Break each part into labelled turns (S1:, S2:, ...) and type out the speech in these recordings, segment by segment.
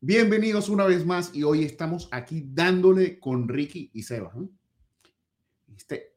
S1: Bienvenidos una vez más y hoy estamos aquí dándole con Ricky y Sebas. ¿no? Este,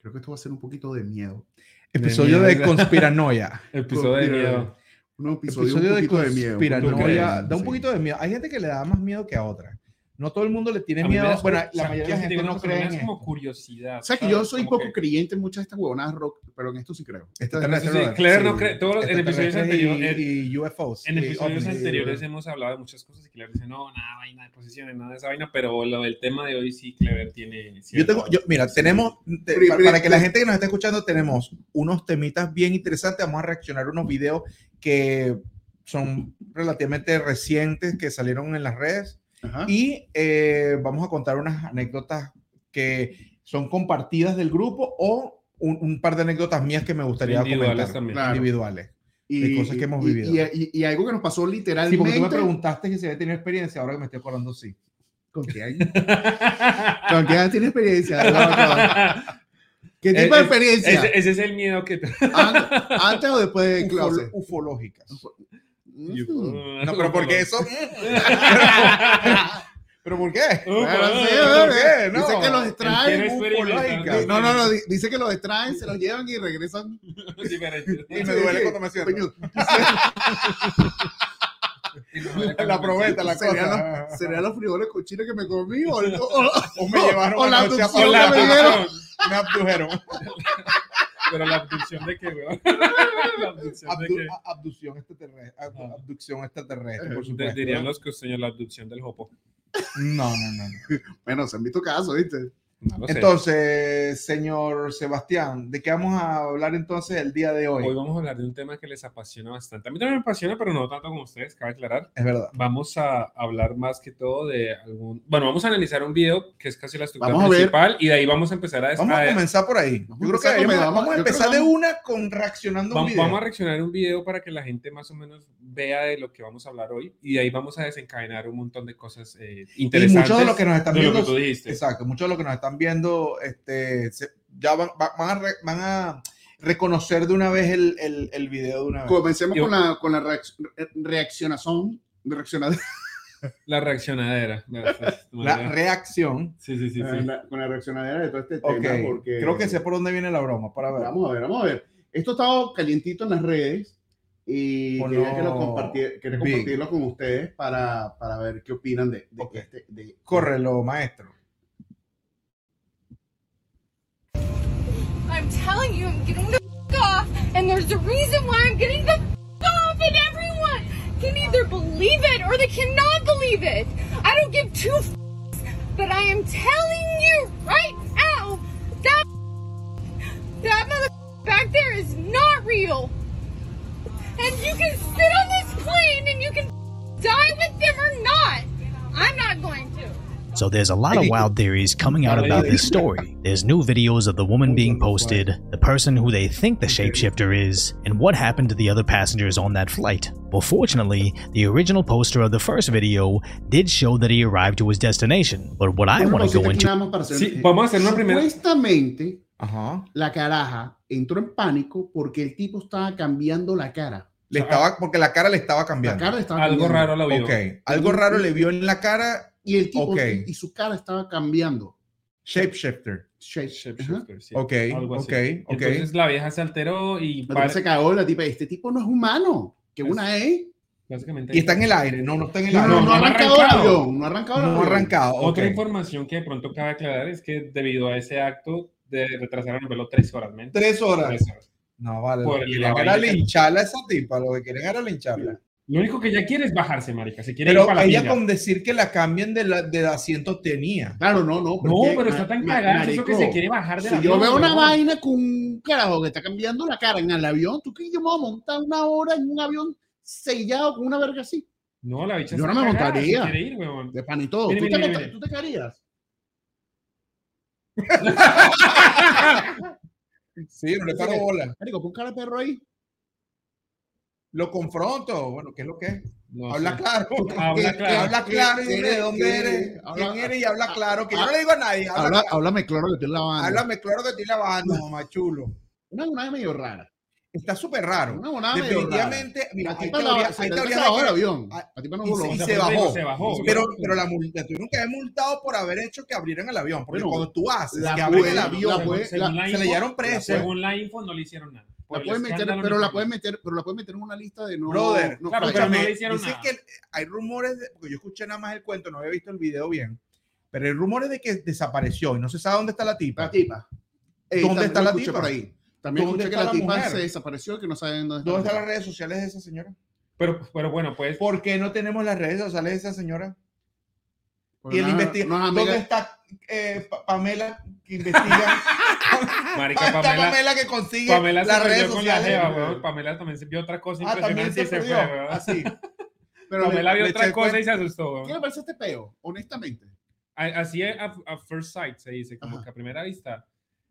S1: creo que esto va a ser un poquito de miedo.
S2: Episodio de, conspiranoia.
S3: Episodio de miedo.
S1: Un episodio,
S2: Episodio
S1: un
S2: de
S1: poquito de, miedo.
S2: conspiranoia.
S1: Sí.
S2: Da un poquito de miedo. Hay gente que le da más miedo que a otra. No todo el mundo le tiene
S3: A mí me
S2: miedo.
S3: da-
S2: Bueno,
S3: o sea,
S2: la mayoría de
S3: yo
S2: la
S3: sí digo
S2: gente no
S3: una cosa, me
S2: cree
S3: da
S2: en
S3: como
S2: esto.
S3: curiosidad.
S1: O sea que
S3: ¿sabes?
S1: yo soy
S3: Como
S1: poco
S3: que-
S1: creyente en muchas de estas huevonadas rock, pero en esto sí creo.
S2: Esta
S1: Esta-
S2: es la
S3: Sí,
S2: tercera.
S3: Claire no
S2: Sí.
S3: cree. Todos los- en episodios
S2: Extraterrestres
S3: anteriores-
S2: Y, y UFOs.
S3: En
S2: y
S3: episodios
S2: ovnis.
S3: anteriores hemos hablado de muchas cosas y Clever dice, no, nada, vaina de posiciones, nada de esa vaina, pero lo del tema de hoy sí, Clever tiene...
S2: Yo
S3: cierto-
S2: tengo, yo, mira, tenemos, te-
S1: Pri-
S2: pa-
S1: pri-
S2: para que la gente que nos está escuchando, tenemos unos temitas bien interesantes. Vamos a reaccionar a unos videos que son relativamente recientes, que salieron en las redes.
S1: Ajá.
S2: Y eh, vamos a contar unas anécdotas que son compartidas del grupo o un, un par de anécdotas mías que me gustaría
S3: individuales
S2: comentar,
S3: también.
S1: Claro.
S2: individuales.
S1: y,
S2: de cosas que hemos
S1: y-
S2: vivido.
S1: Y, y- y algo que nos pasó
S2: Sí,
S1: literalmente.
S2: porque tú me preguntaste que si había tenido experiencia, ahora que me estoy acordando, sí.
S1: ¿Con qué año? ¿Con qué año tiene experiencia? No, no. ¿Qué
S3: Eh,
S1: tipo de
S3: eh,
S1: experiencia?
S3: Ese, ese es el miedo
S2: Mm.
S3: que...
S1: ¿An- ¿Antes o después del
S2: Ufolo-
S1: closet?
S2: ufológicas.
S1: Mm.
S2: No, pero porque eso. ¿Pero por qué?
S1: Claro, sí,
S2: ¿Por qué?
S1: bebé.
S2: ¿eh? No.
S1: Dice que los
S3: entero
S1: extraen.
S3: experimentando.
S1: No, no, no, di- dice que los extraen, se los llevan y regresan.
S3: Diferente.
S2: Y me duele cuando me siento.
S1: Coño,
S2: La probeta, la
S1: ¿Serían
S2: cosa.
S1: los, serían los frijoles cochinos que me comí o, o-
S2: O me llevaron
S1: o
S2: una
S1: la
S2: noche a
S1: abducción
S3: O la
S1: que me
S2: Paula,
S1: dieron.
S3: abducción.
S2: Me abdujeron.
S3: Pero la abducción de qué, weón. La abducción de
S2: Abdu-
S3: qué.
S2: a- abducción extraterrestre. ab-
S3: Ah.
S2: Abducción extraterrestre, por
S1: Eh,
S3: De-
S2: supuesto.
S3: Dirían los costeños la abducción del jopo.
S2: No, no, no. no.
S1: Bueno, se han visto casos, ¿viste?
S3: No lo sé.
S2: Entonces, señor Sebastián, ¿de qué vamos a hablar entonces el día de hoy?
S3: Hoy vamos a hablar de un tema que les apasiona bastante. A mí también me apasiona, pero no tanto como ustedes, cabe aclarar.
S2: Es verdad.
S3: Vamos a hablar más que todo de algún... Bueno, vamos a analizar un video que es casi la estructura
S1: Vamos a ver.
S3: principal y de ahí vamos a empezar a... des-
S2: Vamos a
S3: a-
S2: comenzar por ahí. Yo
S1: Vamos a
S2: creo que
S1: empezar con-
S2: deberíamos-
S1: vamos-
S2: vamos a
S1: yo creo que
S2: empezar de
S1: vamos-
S2: una con reaccionando a un
S3: Vam-
S2: video.
S3: Vamos a reaccionar un video para que la gente más o menos vea de lo que vamos a hablar hoy y de ahí vamos a desencadenar un montón de cosas eh,
S2: y
S3: interesantes.
S2: muchos de los que nos están
S3: de lo
S2: viendo
S3: que tú dijiste.
S2: Exacto, muchos de los que nos están viendo este, se- ya van, va- van a re- van a reconocer de una vez el, el, el video de una vez.
S1: Comencemos
S3: Yo-
S1: con la, con la reac- re- reaccionazón. Reaccionadera.
S3: La reaccionadera. La
S2: La Ah, reacción.
S3: sí, sí, sí.
S1: Eh,
S3: sí.
S1: la- con la reaccionadera de todo este tema.
S2: Ok,
S1: porque-
S2: creo que sé por dónde viene la broma, para ver.
S1: Vamos a ver, vamos a ver. Esto ha estado calientito en las redes y
S2: Ponlo
S1: quería, que lo comparti- quería
S2: big.
S1: compartirlo con ustedes para, para ver qué opinan de, de
S2: Ok.
S1: este. De,
S2: Córrelo, maestro.
S4: I'm telling you, I'm getting the f- off, and there's a reason why I'm getting the f- off, and everyone can either believe it or they cannot believe it. I don't give two f- but I am telling you right now that f- that mother back there is not real. And you can sit on this plane and you can f- die with them or not. I'm not going to.
S5: So there's a lot of wild theories coming out about this story. There's new videos of the woman being posted, the person who they think the shapeshifter is, and what happened to the other passengers on that flight. Well, fortunately, the original poster of the first video did show that he arrived to his destination. But what I
S1: Una
S5: want to
S1: cosita
S5: go
S1: aquí
S5: into
S1: nada más para hacer-
S3: Sí, vamos a hacer una primera.
S1: Supuestamente,
S2: Ajá.
S1: la caraja entró en pánico porque el tipo estaba cambiando la cara.
S2: Le estaba, porque la cara le estaba
S1: La
S2: cambiando.
S1: cara le estaba
S3: Algo
S1: cambiando.
S3: raro la vio.
S2: Ok, algo raro le vio en la cara.
S1: Y el tipo
S2: Ok.
S1: y su cara estaba cambiando.
S2: Shapeshifter.
S1: Shape- Ajá.
S3: Shapeshifter, sí.
S2: Ok,
S3: Algo así.
S2: ok, ok.
S3: Entonces la vieja se alteró y
S1: La tipa se cagó la tipa. Este tipo no es humano. Que
S3: Es-
S1: una es.
S3: básicamente
S2: Y está en el aire. No, no está en el
S1: No,
S2: aire.
S1: no, no
S3: no
S1: ha
S3: ha
S1: arrancado el
S3: arrancado.
S1: avión. No ha arrancado el
S2: No ha
S1: avión.
S2: arrancado. ok.
S3: Otra información que de pronto cabe aclarar es que debido a ese acto de retrasar el vuelo tres horas, ¿me?
S2: Tres horas.
S3: Tres horas.
S2: No, vale.
S3: Por
S2: Lo que
S3: la
S2: querían era
S3: vaina.
S2: lincharla a esa tipa. Lo que quieren era lincharla.
S3: Lo único que ella quiere es bajarse, marica. Se quiere ir
S2: Pero
S3: para la
S2: ella
S3: playa.
S2: con decir que la cambien de, la, de asiento tenía.
S1: Claro, no, no. porque,
S3: No, pero está
S1: ma-
S3: tan
S1: ma-
S3: cagada eso que
S1: marico,
S3: se quiere bajar de
S1: Si
S3: la
S1: yo veo una vaina con un carajo que está cambiando la cara en el avión, ¿tú crees que yo me voy a montar una hora en un avión sellado con una verga así?
S3: No, la bicha
S1: Yo
S3: está
S1: no me
S3: cagada, se
S1: montaría.
S3: quiere ir, weón.
S1: De pan y todo.
S3: Mire,
S1: ¿Tú,
S3: mire,
S1: te
S3: mire,
S1: monta-
S3: mire.
S1: tú te caerías?
S2: Sí, no le paro bola.
S1: Marico, pon cara de perro ahí.
S2: Lo confronto. Bueno, ¿qué es lo que es?
S3: No
S2: Habla
S3: sé.
S2: claro.
S3: Habla
S2: Eh,
S3: claro.
S2: Habla claro y
S1: ¿Qué-
S2: dime de dónde
S1: qué-
S2: eres,
S1: habla-
S2: quién eres y habla claro. Que yo
S1: ah,
S2: no le digo a nadie. Habla,
S1: Habla, háblame claro que estoy lavando.
S2: háblame claro que estoy lavando, mamá chulo.
S1: Una, una medio rara.
S2: Está súper raro.
S1: Una monada medio
S2: Definitivamente, mira,
S1: rara. La
S2: hay
S1: tipa la-
S2: teoría-
S1: se
S2: hay
S1: le
S2: teorías
S1: alcanza la hora,
S2: de que- Ah,
S1: avión. La tipa no
S2: y
S1: voló.
S2: se- y
S1: No,
S2: se
S1: no,
S2: bajó.
S3: Se bajó.
S1: Sí,
S2: Pero, pero la multa tuvieron que haber multado por haber hecho que abrieran el avión. Porque
S1: Bueno,
S2: cuando tú haces
S1: la
S2: que abren
S1: puede-
S2: el avión,
S1: la puede- la- pues.
S2: se le hallaron preso.
S3: Según la info, no le hicieron nada. Por
S1: La
S3: el
S1: pueden meter,
S3: escándalo
S1: pero
S3: ni
S1: la
S3: por-
S1: pueden meter, pero la pueden meter en una lista de no.
S2: Brother,
S1: no fallas.
S3: claro, pero
S2: Escúchame,
S3: no le hicieron
S2: dicen
S3: nada.
S2: que hay rumores, de- porque yo escuché nada más el cuento, no había visto el video bien, pero hay rumores de que desapareció y no se sabe dónde está la tipa.
S1: la tipa. Eh,
S2: ¿Dónde
S1: también
S2: está
S1: lo
S2: la
S1: escuché
S2: tipa?
S1: Por ahí. También
S2: ¿Dónde
S1: escuché que la
S2: está la
S1: tipa
S2: mujer?
S1: se desapareció, que no saben dónde está.
S2: ¿Dónde están
S1: la
S2: las redes sociales de esa señora?
S3: Pero, pero bueno, pues.
S2: ¿Por qué no tenemos las redes sociales de esa señora?
S1: tipa? Pues
S2: Y el
S1: Una-
S2: investiga-
S1: unas amigas-
S2: ¿Dónde está eh, Pa- Pamela que investiga?
S3: Marica
S2: ¿Dónde está
S3: Pamela.
S2: Pamela que consigue
S3: Pamela
S2: las
S3: se
S2: redes
S3: perdió con la
S2: sociales?
S3: jeva, weón. Pamela también se vio otra cosa
S2: ah, también
S3: impresionante
S2: se
S3: y se Ah,
S2: perdió.
S3: fue, weón.
S2: Así.
S1: Pero le-
S3: Pamela vio
S2: le
S3: otra
S2: eché
S3: cosa
S2: cuenta.
S3: y se asustó, weón.
S1: ¿Qué le parece este peo? Honestamente.
S3: A- Así es a, a first sight, se dice, como
S1: Ajá.
S3: que a primera vista.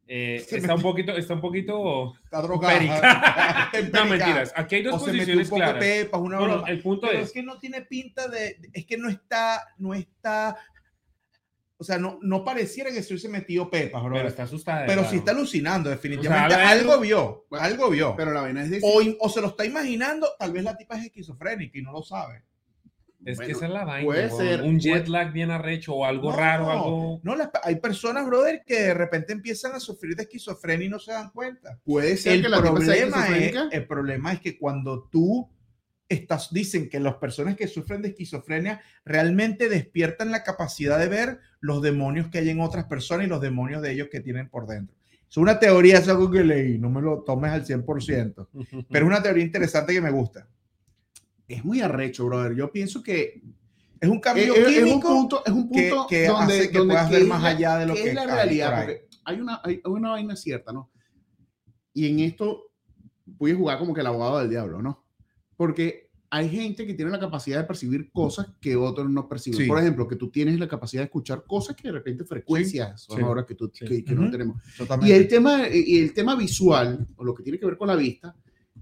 S3: Eh,
S2: Se
S3: está un poquito, está un poquito.
S2: Está drogada.
S3: Perica.
S2: Está
S3: No,
S2: empericada.
S3: mentiras. Aquí hay dos
S2: O se metió un
S3: posiciones
S2: poco
S3: claras.
S2: de pepas, una
S3: No, no,
S2: broma.
S3: el punto
S2: Pero
S3: es,
S2: es que no tiene pinta de, es que no está, no está, o sea, no, no pareciera que se hubiese metido pepas, bro.
S3: pero
S2: Pero,
S3: está asustada. de verdad,
S2: sí está
S3: weón.
S2: alucinando, definitivamente.
S3: O sea,
S2: algo vio,
S1: Bueno,
S2: algo vio.
S1: Pero la vaina es de.
S2: o, in- o se lo está imaginando, tal vez la tipa es esquizofrénica y no lo sabe.
S3: Es que
S1: Bueno,
S3: esa es la vaina.
S1: puede
S3: weón.
S1: ser,
S3: un jet
S1: puede-
S3: lag bien arrecho o algo
S2: No,
S3: raro, algo.
S2: No, las- hay personas, brother, que de repente empiezan a sufrir de esquizofrenia y no se dan cuenta.
S1: Puede ser
S2: El
S1: que la tipa sea
S2: problema, es,
S1: esquizofrénica.
S2: el problema es que cuando tú estás, dicen que las personas que sufren de esquizofrenia realmente despiertan la capacidad de ver los demonios que hay en otras personas y los demonios de ellos que tienen por dentro. Es una teoría, es algo que leí, no me lo tomes al 100%,
S1: Mm.
S2: pero es una teoría interesante que me gusta.
S1: Es muy arrecho, brother. Yo pienso que
S2: Es un
S1: es,
S2: cambio
S1: es- es un
S2: químico
S1: punto, es un
S2: que,
S1: punto
S2: que
S1: donde,
S2: hace que
S1: donde
S2: puedas
S1: qué
S2: ver
S1: es
S2: más
S1: la-
S2: allá de lo
S1: qué
S2: que
S1: es la
S2: hay por
S1: realidad.
S2: ahí.
S1: Porque hay una, hay una vaina cierta, ¿no? Y en esto voy a jugar como que el abogado del diablo, ¿no? Porque hay gente que tiene la capacidad de percibir cosas que otros no perciben.
S2: Sí.
S1: Por ejemplo, que tú tienes la capacidad de escuchar cosas que de repente frecuencias
S3: sí.
S1: sonoras que, tú,
S3: Sí.
S1: que, que
S2: Ujú.
S1: no tenemos. Y
S2: Totalmente.
S1: el, tema, eh, y el tema visual, o lo que tiene que ver con la vista,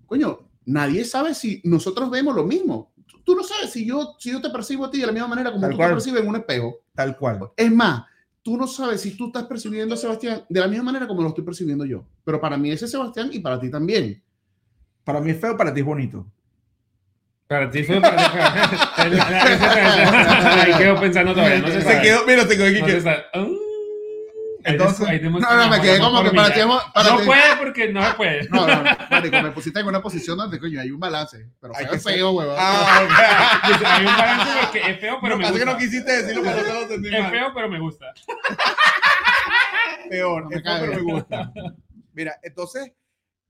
S1: coño, nadie sabe si nosotros vemos lo mismo. Tú no sabes si yo, si yo te percibo a ti de la misma manera como
S2: Tal
S1: tú te
S2: cual.
S1: percibes en un espejo.
S2: Tal cual.
S1: Es más, tú no sabes si tú estás percibiendo a Sebastián de la misma manera como lo estoy percibiendo yo. Pero para mí ese es Sebastián y para ti también.
S2: Para mí es feo, para ti es bonito.
S3: Para ti fue para Ahí quedo pensando todavía. No se
S2: Se
S3: sabe.
S2: quedó- mira, te quedó aquí
S3: No
S2: que-
S3: se sabe. Ah, ahí
S2: Entonces-
S3: des- ahí demuestra
S1: No, no,
S3: la
S1: me quedé
S3: forma
S1: como que
S3: por
S1: para
S3: mí
S1: ti
S3: ya.
S1: es bo- para
S3: No
S1: ti-
S3: puede porque no se puede.
S1: No, no, no, marico, me pusiste en una posición donde coño hay un balance, pero
S2: Hay
S1: feo
S2: que
S1: es
S2: ser-
S1: feo, huevón.
S2: Ah, ok.
S3: Dice, Hay un balance porque es feo, pero
S2: No,
S3: me
S2: parece que
S3: gusta.
S2: no quisiste decirlo, pero no lo entendí
S3: Es
S2: mal.
S3: feo, pero me gusta.
S2: Peor,
S1: No me
S2: es feo, pero
S1: cabe.
S2: me gusta. Mira, entonces,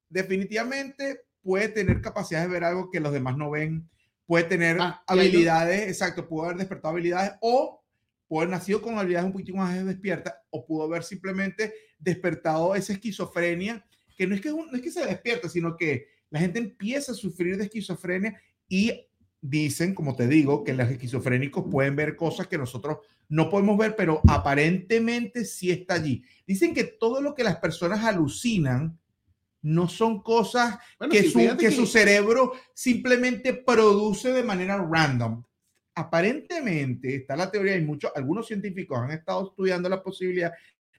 S2: definitivamente puede tener capacidad de ver algo que los demás no ven, puede tener
S1: Ah, y hay
S2: habilidades, exacto, pudo haber despertado habilidades o pudo haber nacido con habilidades un poquito más despiertas o pudo haber simplemente despertado esa esquizofrenia, que no es que, es un- no es que se despierta, sino que la gente empieza a sufrir de esquizofrenia y dicen, como te digo, que los esquizofrénicos pueden ver cosas que nosotros no podemos ver, pero aparentemente sí está allí. Dicen que todo lo que las personas alucinan no son cosas
S1: Bueno,
S2: que,
S1: sí,
S2: su, que,
S1: fíjate
S2: su cerebro simplemente produce de manera random. Aparentemente está la teoría y muchos, algunos científicos han estado estudiando la posibilidad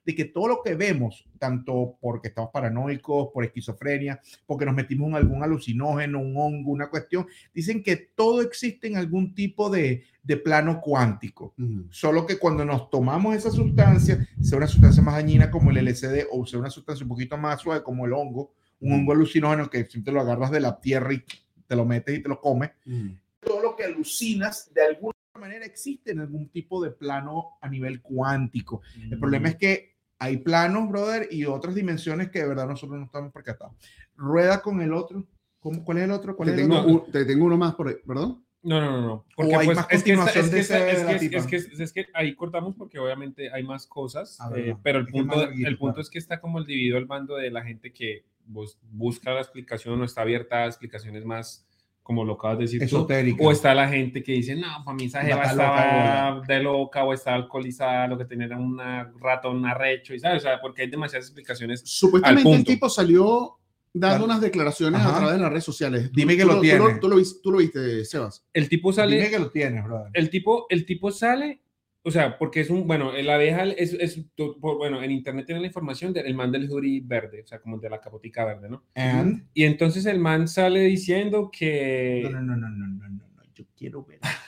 S2: de que todo lo que vemos, tanto porque estamos paranoicos, por esquizofrenia, porque nos metimos en algún alucinógeno, un hongo, una cuestión, dicen que todo existe en algún tipo de, de plano cuántico.
S1: Mm.
S2: Solo que cuando nos tomamos esa sustancia, sea una sustancia más dañina como el LSD o sea una sustancia un poquito más suave como el hongo, un hongo alucinógeno que si te lo agarras de la tierra y te lo metes y te lo comes,
S1: Mm.
S2: todo lo que alucinas de alguna manera existe en algún tipo de plano a nivel cuántico. El problema es que hay planos, brother, y otras dimensiones que de verdad nosotros no estamos percatados. Rueda con el otro. ¿Cómo, ¿Cuál es el otro? ¿Cuál
S1: Te
S2: es el
S1: tengo,
S2: otro?
S1: un- te tengo uno más por ahí, perdón.
S3: No, no, no, no. Porque
S2: hay
S3: pues,
S2: más
S3: es que esta-
S2: continuación
S3: es que
S2: de
S3: esta-
S2: ese
S3: es
S2: de la
S3: que-
S2: tipa.
S3: es que- es- es que ahí cortamos porque obviamente hay más cosas,
S2: Ah,
S3: eh,
S2: verdad.
S3: pero el
S2: Es que es más
S3: punto,
S2: larguito,
S3: el punto
S2: claro.
S3: es que está como el dividido al bando de la gente que bus- busca la explicación o está abierta a explicaciones más, como lo acabas de decir tú,
S2: Esotérico.
S3: o este está la gente que dice, no, para mí esa
S2: Una
S3: jeva
S2: está loca,
S3: estaba de loca o estaba alcoholizada, lo que tenía era un ratón arrecho, y sabes, o sea, porque hay demasiadas explicaciones.
S1: Supuestamente
S3: Al
S1: el
S3: punto.
S1: tipo salió dando
S2: Dale.
S1: unas declaraciones a
S2: Ajá.
S1: través de las redes sociales. Tú-
S2: Dime que
S1: tú
S2: lo
S1: Tú
S2: tiene.
S1: lo, tú lo vis- tú lo viste, Sebas.
S3: El tipo sale,
S2: Dime que lo tienes, brother.
S3: el tipo, el tipo sale o sea, porque es un, bueno, la abeja es, es por, bueno, en internet tiene la información del man del jury verde, o sea, como de la capotica verde, ¿no?
S2: And?
S3: Y entonces el man sale diciendo que...
S2: No, no, no, no, no, no, no, no. Yo quiero ver al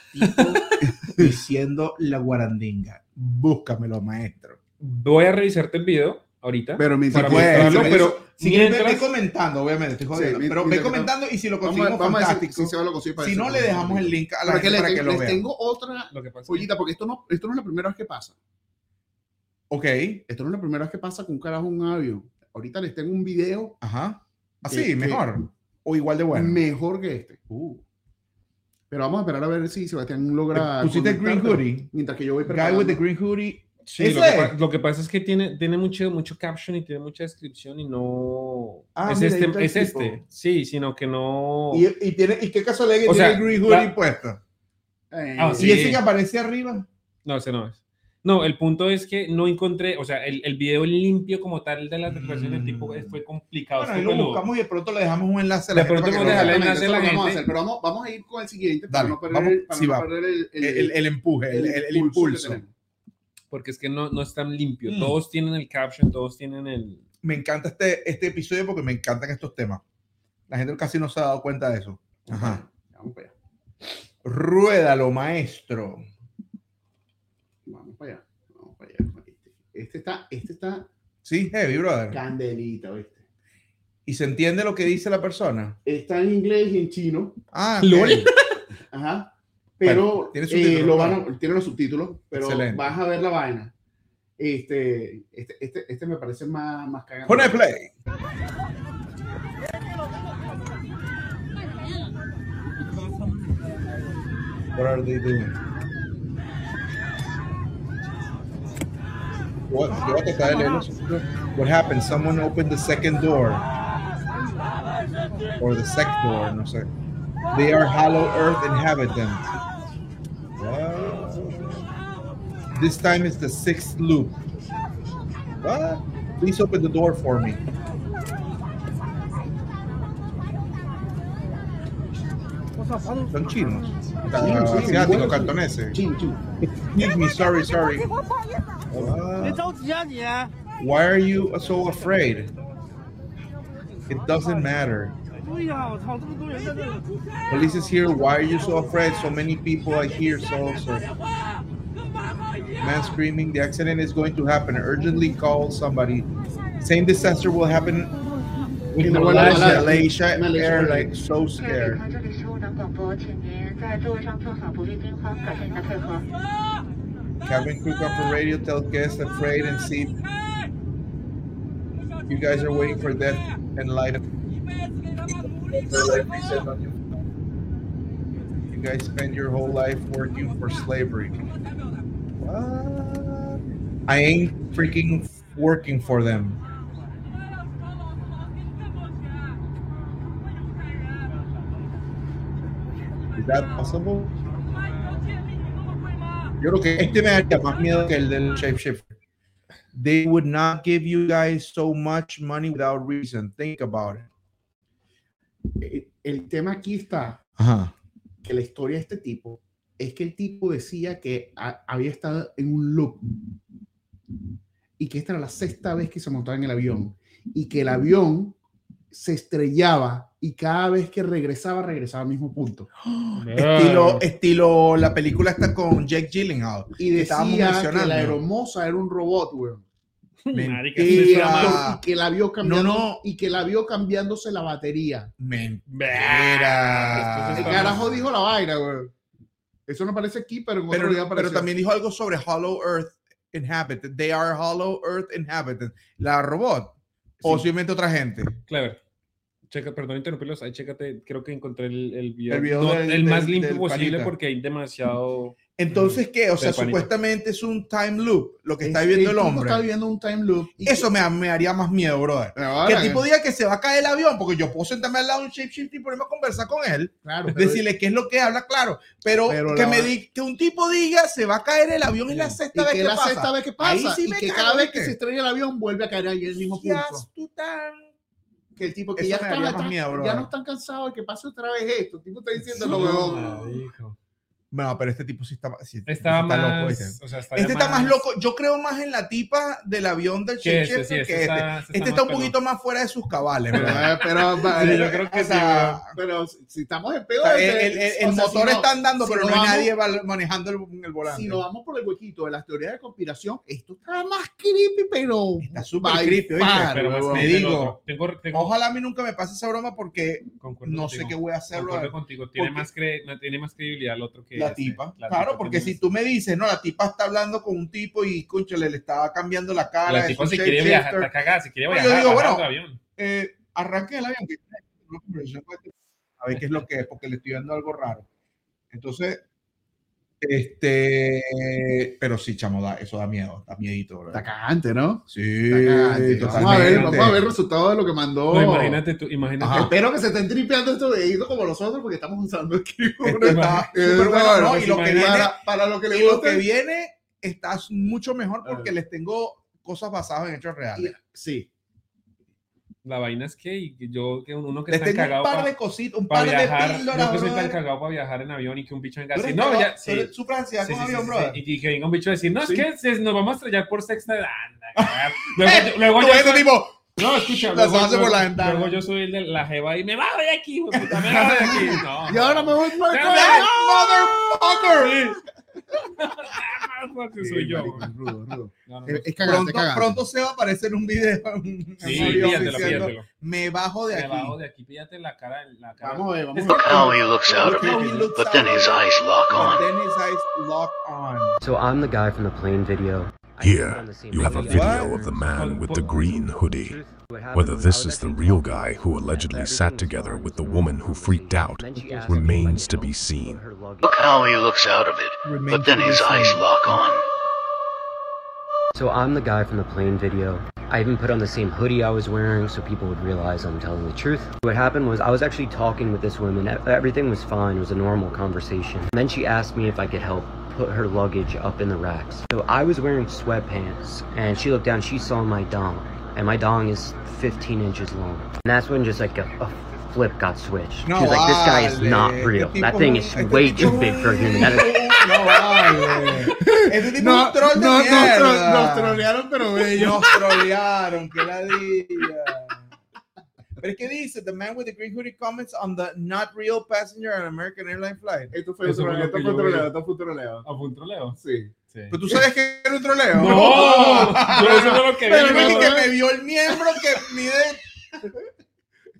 S2: tipo diciendo la guarandinga. Búscamelo, maestro.
S3: Voy a revisarte el video ahorita.
S1: Pero mientras
S3: para
S2: puedes,
S3: mostrarlo,
S2: si
S3: pero
S2: Si
S3: mientras-
S2: quieres, ve- ve comentando, obviamente, estoy jodiendo.
S1: mi-
S2: pero ve
S1: mira,
S2: comentando y si lo
S1: vamos, a-
S2: conseguimos,
S1: vamos a decir
S2: fantástico.
S1: si se va, lo consigue para
S2: si
S1: eso.
S2: no, le dejamos el link a la
S1: Para que
S2: gente
S1: les,
S2: para que lo
S1: les
S2: vea.
S1: tengo otra
S3: lo que pasa es que-
S1: pollita, porque esto no, esto no es la primera vez que pasa.
S2: Ok,
S1: Esto no es la primera vez que pasa con un carajo en un avión. Ahorita les tengo un video
S2: ajá. Así,
S1: Eh, Que- que-
S2: mejor. O igual de bueno.
S1: mejor que este. Pero vamos a esperar a ver si Sebastián logra.
S2: Pusiste el green
S1: conectártelo.
S2: hoodie.
S1: Mientras que yo voy
S2: Guy
S1: preparando.
S2: with the green hoodie.
S3: Sí, lo,
S2: Ese.
S3: que, pa- lo que pasa es que tiene, tiene mucho, mucho caption y tiene mucha descripción y no...
S2: Ah,
S3: es
S2: mira, ahí está
S3: este,
S2: el
S3: es
S2: tipo.
S3: este, sí, sino que no...
S1: Oh.
S2: Y, y tiene, ¿Y qué casualidad que
S3: O
S2: tiene
S3: sea,
S2: el green hoodie
S3: la-
S2: puesto?
S1: Eh,
S3: Ah,
S2: ¿Y
S3: sí.
S2: ese que aparece arriba?
S3: No, ese no es. No, el punto es que no encontré, o sea, el, el video limpio como tal de las declaraciones del tipo
S2: Mm.
S3: fue complicado.
S2: Bueno,
S3: fue
S2: ahí lo
S3: peludo.
S2: buscamos y de pronto le dejamos un enlace a
S3: De
S2: la gente
S3: pronto
S2: para que
S3: vamos a
S2: lo vea.
S3: dejarle-
S1: Exactamente,
S3: enlace a
S1: eso
S3: la
S1: es lo que vamos a
S3: gente.
S1: hacer, pero vamos, vamos a ir con el siguiente
S2: Dale,
S1: para no perder,
S2: vamos,
S1: el- para
S2: sí,
S1: no
S2: vamos.
S1: perder el, el-
S2: El, el- el empuje, el, el- el
S1: que
S2: impulso.
S1: tenemos.
S3: Porque es que no, no es tan limpio.
S2: Mm.
S3: Todos tienen el caption, todos tienen el...
S2: Me encanta este, este episodio porque me encantan estos temas. La gente casi no se ha dado cuenta de eso. Ajá.
S1: Vamos para allá.
S2: Ruédalo, maestro.
S1: Vamos para allá. Vamos para allá. Este, este está, este está
S2: Sí, heavy, brother.
S1: candelita, ¿viste?
S2: Y se entiende lo que dice la persona.
S1: Está en inglés y en chino.
S2: Ah,
S3: Lol.
S2: ok.
S1: Ajá. Pero
S2: Vale, tiene
S1: eh,
S2: subtítulos,
S1: lo
S2: ¿no?
S1: van a- tiene los subtítulos, pero
S2: Excelente.
S1: vas a ver la vaina. Este, este, este, este me parece más, más cagante.
S2: Pone play. What are they doing? What? yo voy a tratar de leerlo. What happened? Someone opened the second door. Or the sec door, no sé. They are hollow earth inhabitants. What? This time it's the sixth loop. What? Please open the door for me. Son chinos.
S1: Chinos, sí,
S2: Asiáticos,
S1: igual.
S2: cantoneses.
S1: Chino, chino.
S2: Excuse me, sorry, sorry.
S6: Ah.
S2: What? Why are you so afraid? It doesn't matter. Police is here. Why are you so afraid? So many people are here. So, so. Man screaming, the accident is going to happen. Urgently call somebody. Same disaster will happen with
S1: In
S2: the
S1: the Malaysia-
S2: Malaysia,
S1: Malaysia
S2: airline.
S1: airline.
S2: So
S7: 各位旅
S2: scared.
S7: 客，这里是雾南广播，请您在座位上坐好，不必惊慌，感谢您的配合。
S2: Cabin crew come for radio. Tell guests afraid and see. You guys are waiting for death and light. You guys spend your whole life working for slavery. What? I ain't freaking working for them. Is that possible? Yo creo que este me daría más miedo que el del shapeshifter. They would not give you guys so much money without reason. Think about it.
S1: Eh, El tema aquí está
S2: Ajá.
S1: que la historia de este tipo es que el tipo decía que a- había estado en un loop y que esta era la sexta vez que se montaba en el avión y que el avión se estrellaba y cada vez que regresaba, regresaba al mismo punto.
S3: Ah.
S2: Estilo, estilo, la película está con Jake Gyllenhaal.
S1: Y
S2: Que estábamos
S1: decía que
S2: mencionando.
S1: la aeromoza era un robot, weón.
S3: Marica,
S1: Y,
S3: eso era
S2: Mentira.
S3: más-
S1: y que la vio cambiando
S2: No, no.
S1: y que la vio cambiándose la batería.
S2: Mentira.
S3: Esto
S1: El
S3: Ah.
S1: carajo dijo la vaina, güey. Eso no aparece aquí, pero en otro
S2: Pero,
S1: video
S2: pero
S1: apareció.
S2: también dijo algo sobre Hollow Earth Inhabitant. They are Hollow Earth Inhabitant. La robot. O
S1: Sí.
S2: simplemente otra gente.
S3: Clever. Checa, perdón interrumpirlos, ahí chécate, creo que encontré el, el video.
S2: El video
S3: No,
S2: del-
S3: el más
S2: del-
S3: limpio
S2: del
S3: posible
S2: panita.
S3: porque hay demasiado...
S2: Entonces, ¿qué? O sea,
S3: Del panito.
S2: supuestamente es un time loop lo que está
S1: Es-
S2: viviendo el
S1: tipo
S2: hombre.
S1: Está viviendo un time loop. y
S2: Eso me, me haría más miedo, brother.
S1: que- Ahora,
S2: Que el tipo diga que se va a caer el avión, porque yo puedo sentarme al lado de un shapeshifter y ponerme a conversar con él.
S1: claro, pero-
S2: decirle qué es lo que habla, claro, pero,
S1: Pero
S2: que
S1: la
S2: me
S1: va-
S2: di- que un tipo diga se va a caer el avión en la
S1: y
S2: sexta vez
S1: que
S2: que
S1: la
S2: pasa.
S1: sexta vez que
S2: Ahí
S1: pasa
S2: sí
S1: y
S2: me
S1: que
S2: cago,
S1: cada vez
S2: ¿viste?
S1: que se estrella el avión vuelve a caer ahí en el mismo punto.
S2: Yes, tú tan-
S1: Que el tipo que
S2: Eso
S1: ya,
S2: me
S1: está,
S2: daría más
S1: atrás-
S2: miedo,
S1: ya
S2: brother. Este
S1: Ah, no están cansados de que pase otra vez esto. El tipo está diciendo lo weón.
S3: Marico.
S2: No, pero este tipo sí está, sí-
S3: Estaba
S2: sí está
S3: más.
S2: loco. Este,
S3: o sea, estaba
S2: Este está más loco. Yo creo más en la tipa del avión del
S3: que
S2: Shake
S3: este, sí,
S2: Shaker
S3: este
S2: que este.
S3: está,
S2: Este está un poquito más fuera de sus cabales,
S1: Pero, eh,
S2: ¿verdad?
S1: pero,
S3: Sí, yo creo que
S1: o sea,
S3: sí,
S1: pero si estamos en
S2: O
S1: peor,
S2: sea, el el- el- el motor está andando,
S1: si
S2: pero
S1: no
S2: no hay
S1: vamos-
S2: nadie val- manejando el, el volante.
S1: Si nos vamos por el huequito de las teorías de conspiración, esto está más creepy, pero.
S2: Está súper
S1: by
S2: creepy, oíste,
S1: far,
S3: Pero más
S1: huevón.
S2: te
S3: loco.
S2: digo.
S3: Tengo, tengo,
S2: Ojalá a mí nunca me pase esa broma porque
S3: concuerdo
S2: no
S3: contigo.
S2: sé qué voy a hacer.
S3: Concuerdo contigo. Tiene
S2: Porque-
S3: más, cre- no, tiene más credibilidad el otro que
S2: La
S3: este.
S2: tipa.
S3: La
S2: claro,
S3: tipa
S2: porque
S3: tiene
S2: si tú me dices, no, la tipa está hablando con un tipo y, conchale, le estaba cambiando la
S3: más-
S2: cara.
S3: La
S2: es
S3: tipa
S2: un
S3: si quiere
S2: shape
S3: viajar,
S2: shifter.
S3: está cagada. Si quiere
S2: No, yo
S3: viajar,
S2: digo,
S3: baja
S2: bueno,
S3: de avión.
S2: Eh, arranquen el avión. que- una conversación con este- A ver qué es lo que es, porque le estoy dando algo raro. Entonces, este. Pero sí, chamo, da, eso da miedo, da miedito, bro.
S1: Está cagante, ¿no?
S2: Sí,
S1: Está cagante. Vamos a ver,
S2: totalmente.
S1: vamos a ver el resultado de lo que mandó.
S3: No, imagínate tú, imagínate.
S2: Ajá.
S1: Espero que se estén tripeando estos vehículos como nosotros porque estamos usando el keyboard.
S2: Esto está
S1: Eh,
S2: súper bueno,
S1: bueno,
S2: ¿no?
S1: pues
S2: Y lo que
S3: imagínate-
S2: viene
S1: para, para lo que le
S2: Y lo que
S1: guste.
S2: viene está mucho mejor porque les tengo cosas basadas en hechos reales.
S1: Sí.
S3: La vaina es que y que yo, que uno que
S2: Les
S3: está
S2: tengo Este un
S3: cagado
S2: par
S3: para
S2: de cositas, un par de
S3: viajar.
S2: píldoras,
S3: Yo que soy
S2: brother.
S3: tan cagado para viajar en avión y que un bicho venga
S2: Tú
S3: así.
S2: eres
S3: No,
S2: cagado,
S3: ya.
S2: tú
S3: sí.
S2: eres su ansiedad
S3: Sí,
S2: con
S3: sí,
S2: avión,
S3: sí,
S2: brother.
S3: sí. Y, y que venga un bicho a decir, no,
S1: Sí.
S3: es que se- nos vamos a estrellar por sexta edad. anda, cagar. Luego, yo- luego
S2: Tú
S3: yo
S2: ves
S3: soy-
S2: ese tipo,
S3: No, escucha.
S2: Las
S3: luego-
S2: hace por la
S3: luego-
S2: ventana.
S3: Luego yo soy el de la jeva y me va de aquí, hijo de puta, me va de aquí. No.
S1: Y ahora me voy a
S3: Ya,
S2: "Hey,
S3: ya,
S2: ¡Ah, motherfucker".
S3: ya, que soy yo.
S1: Marico, es rudo, es rudo.
S3: No, no, no.
S2: Eh,
S1: Es- Es cagante,
S2: Pronto,
S1: es cagante.
S2: pronto se va a aparecer un video en
S3: Sí,
S2: un avión
S3: píllatelo,
S2: diciendo,
S3: píllatelo.
S2: me bajo de
S3: Me
S2: aquí.
S3: bajo de aquí, píllate la cara. La cara.
S1: Vamos a
S2: eh,
S1: ver, vamos a
S3: Es
S1: ver.
S8: How he looks out of
S2: How he
S8: it,
S2: looks
S8: but then
S2: out
S8: his
S2: of it.
S8: eyes lock
S2: But
S8: on.
S2: then his eyes lock on.
S6: So I'm the guy from the plane video. I
S9: Here,
S6: sit on the same
S9: you have a
S6: plane as
S9: video
S6: Turner.
S9: of the man with the
S3: Well,
S9: green hoodie.
S6: Truth, what happened
S9: Whether
S6: was I
S9: this
S6: was
S9: is the
S6: actually
S9: real
S6: talking
S9: guy
S6: to
S9: who
S6: her after
S9: allegedly
S6: everything
S9: sat
S6: was
S9: together
S6: done.
S9: with the woman who freaked out
S6: Then she asked if I could
S9: remains to be
S6: help
S9: seen.
S6: with her luggage.
S8: Look how he looks out of it,
S2: Remains
S8: but then
S2: to be
S8: his eyes
S2: seen.
S8: lock on.
S6: So I'm the guy from the plane video. I even put on the same hoodie I was wearing so people would realize I'm telling the truth. What happened was I was actually talking with this woman. E- Everything was fine. It was a normal conversation. And then she asked me if I could help put her luggage up in the racks. So I was wearing sweatpants and she looked down. She saw my dong and my dong is 15 inches long. And that's when just like a, a flip got switched.
S2: No
S6: she was like, this guy is
S2: vale,
S6: not
S2: este
S6: real. That
S2: tipo
S6: thing
S2: es
S6: is
S2: un- este
S6: way
S2: tipo
S6: too big for a
S2: es
S6: human. That is
S2: un- No vale. Este tipo es
S1: No,
S2: un troll de
S1: no, nos
S2: mierda.
S1: tro- nos trolearon, pero bello.
S2: Ellos trolearon, qué ladilla. Pero es que dice, the man with the green hoodie comments on the not real passenger on American Airlines flight.
S1: Esto fue
S3: Eso fue
S1: otro,
S3: lo
S1: esto
S3: que
S1: fue
S3: yo
S1: otro
S3: vi.
S1: leo, esto fue otro leo.
S3: ¿A fue un troleo?
S1: Sí.
S3: Sí.
S2: Pero tú sabes que era un troleo.
S3: No, yo eso fue lo que
S2: Pero
S3: vi,
S2: no es
S3: ¿no?
S2: que me vio el miembro que mide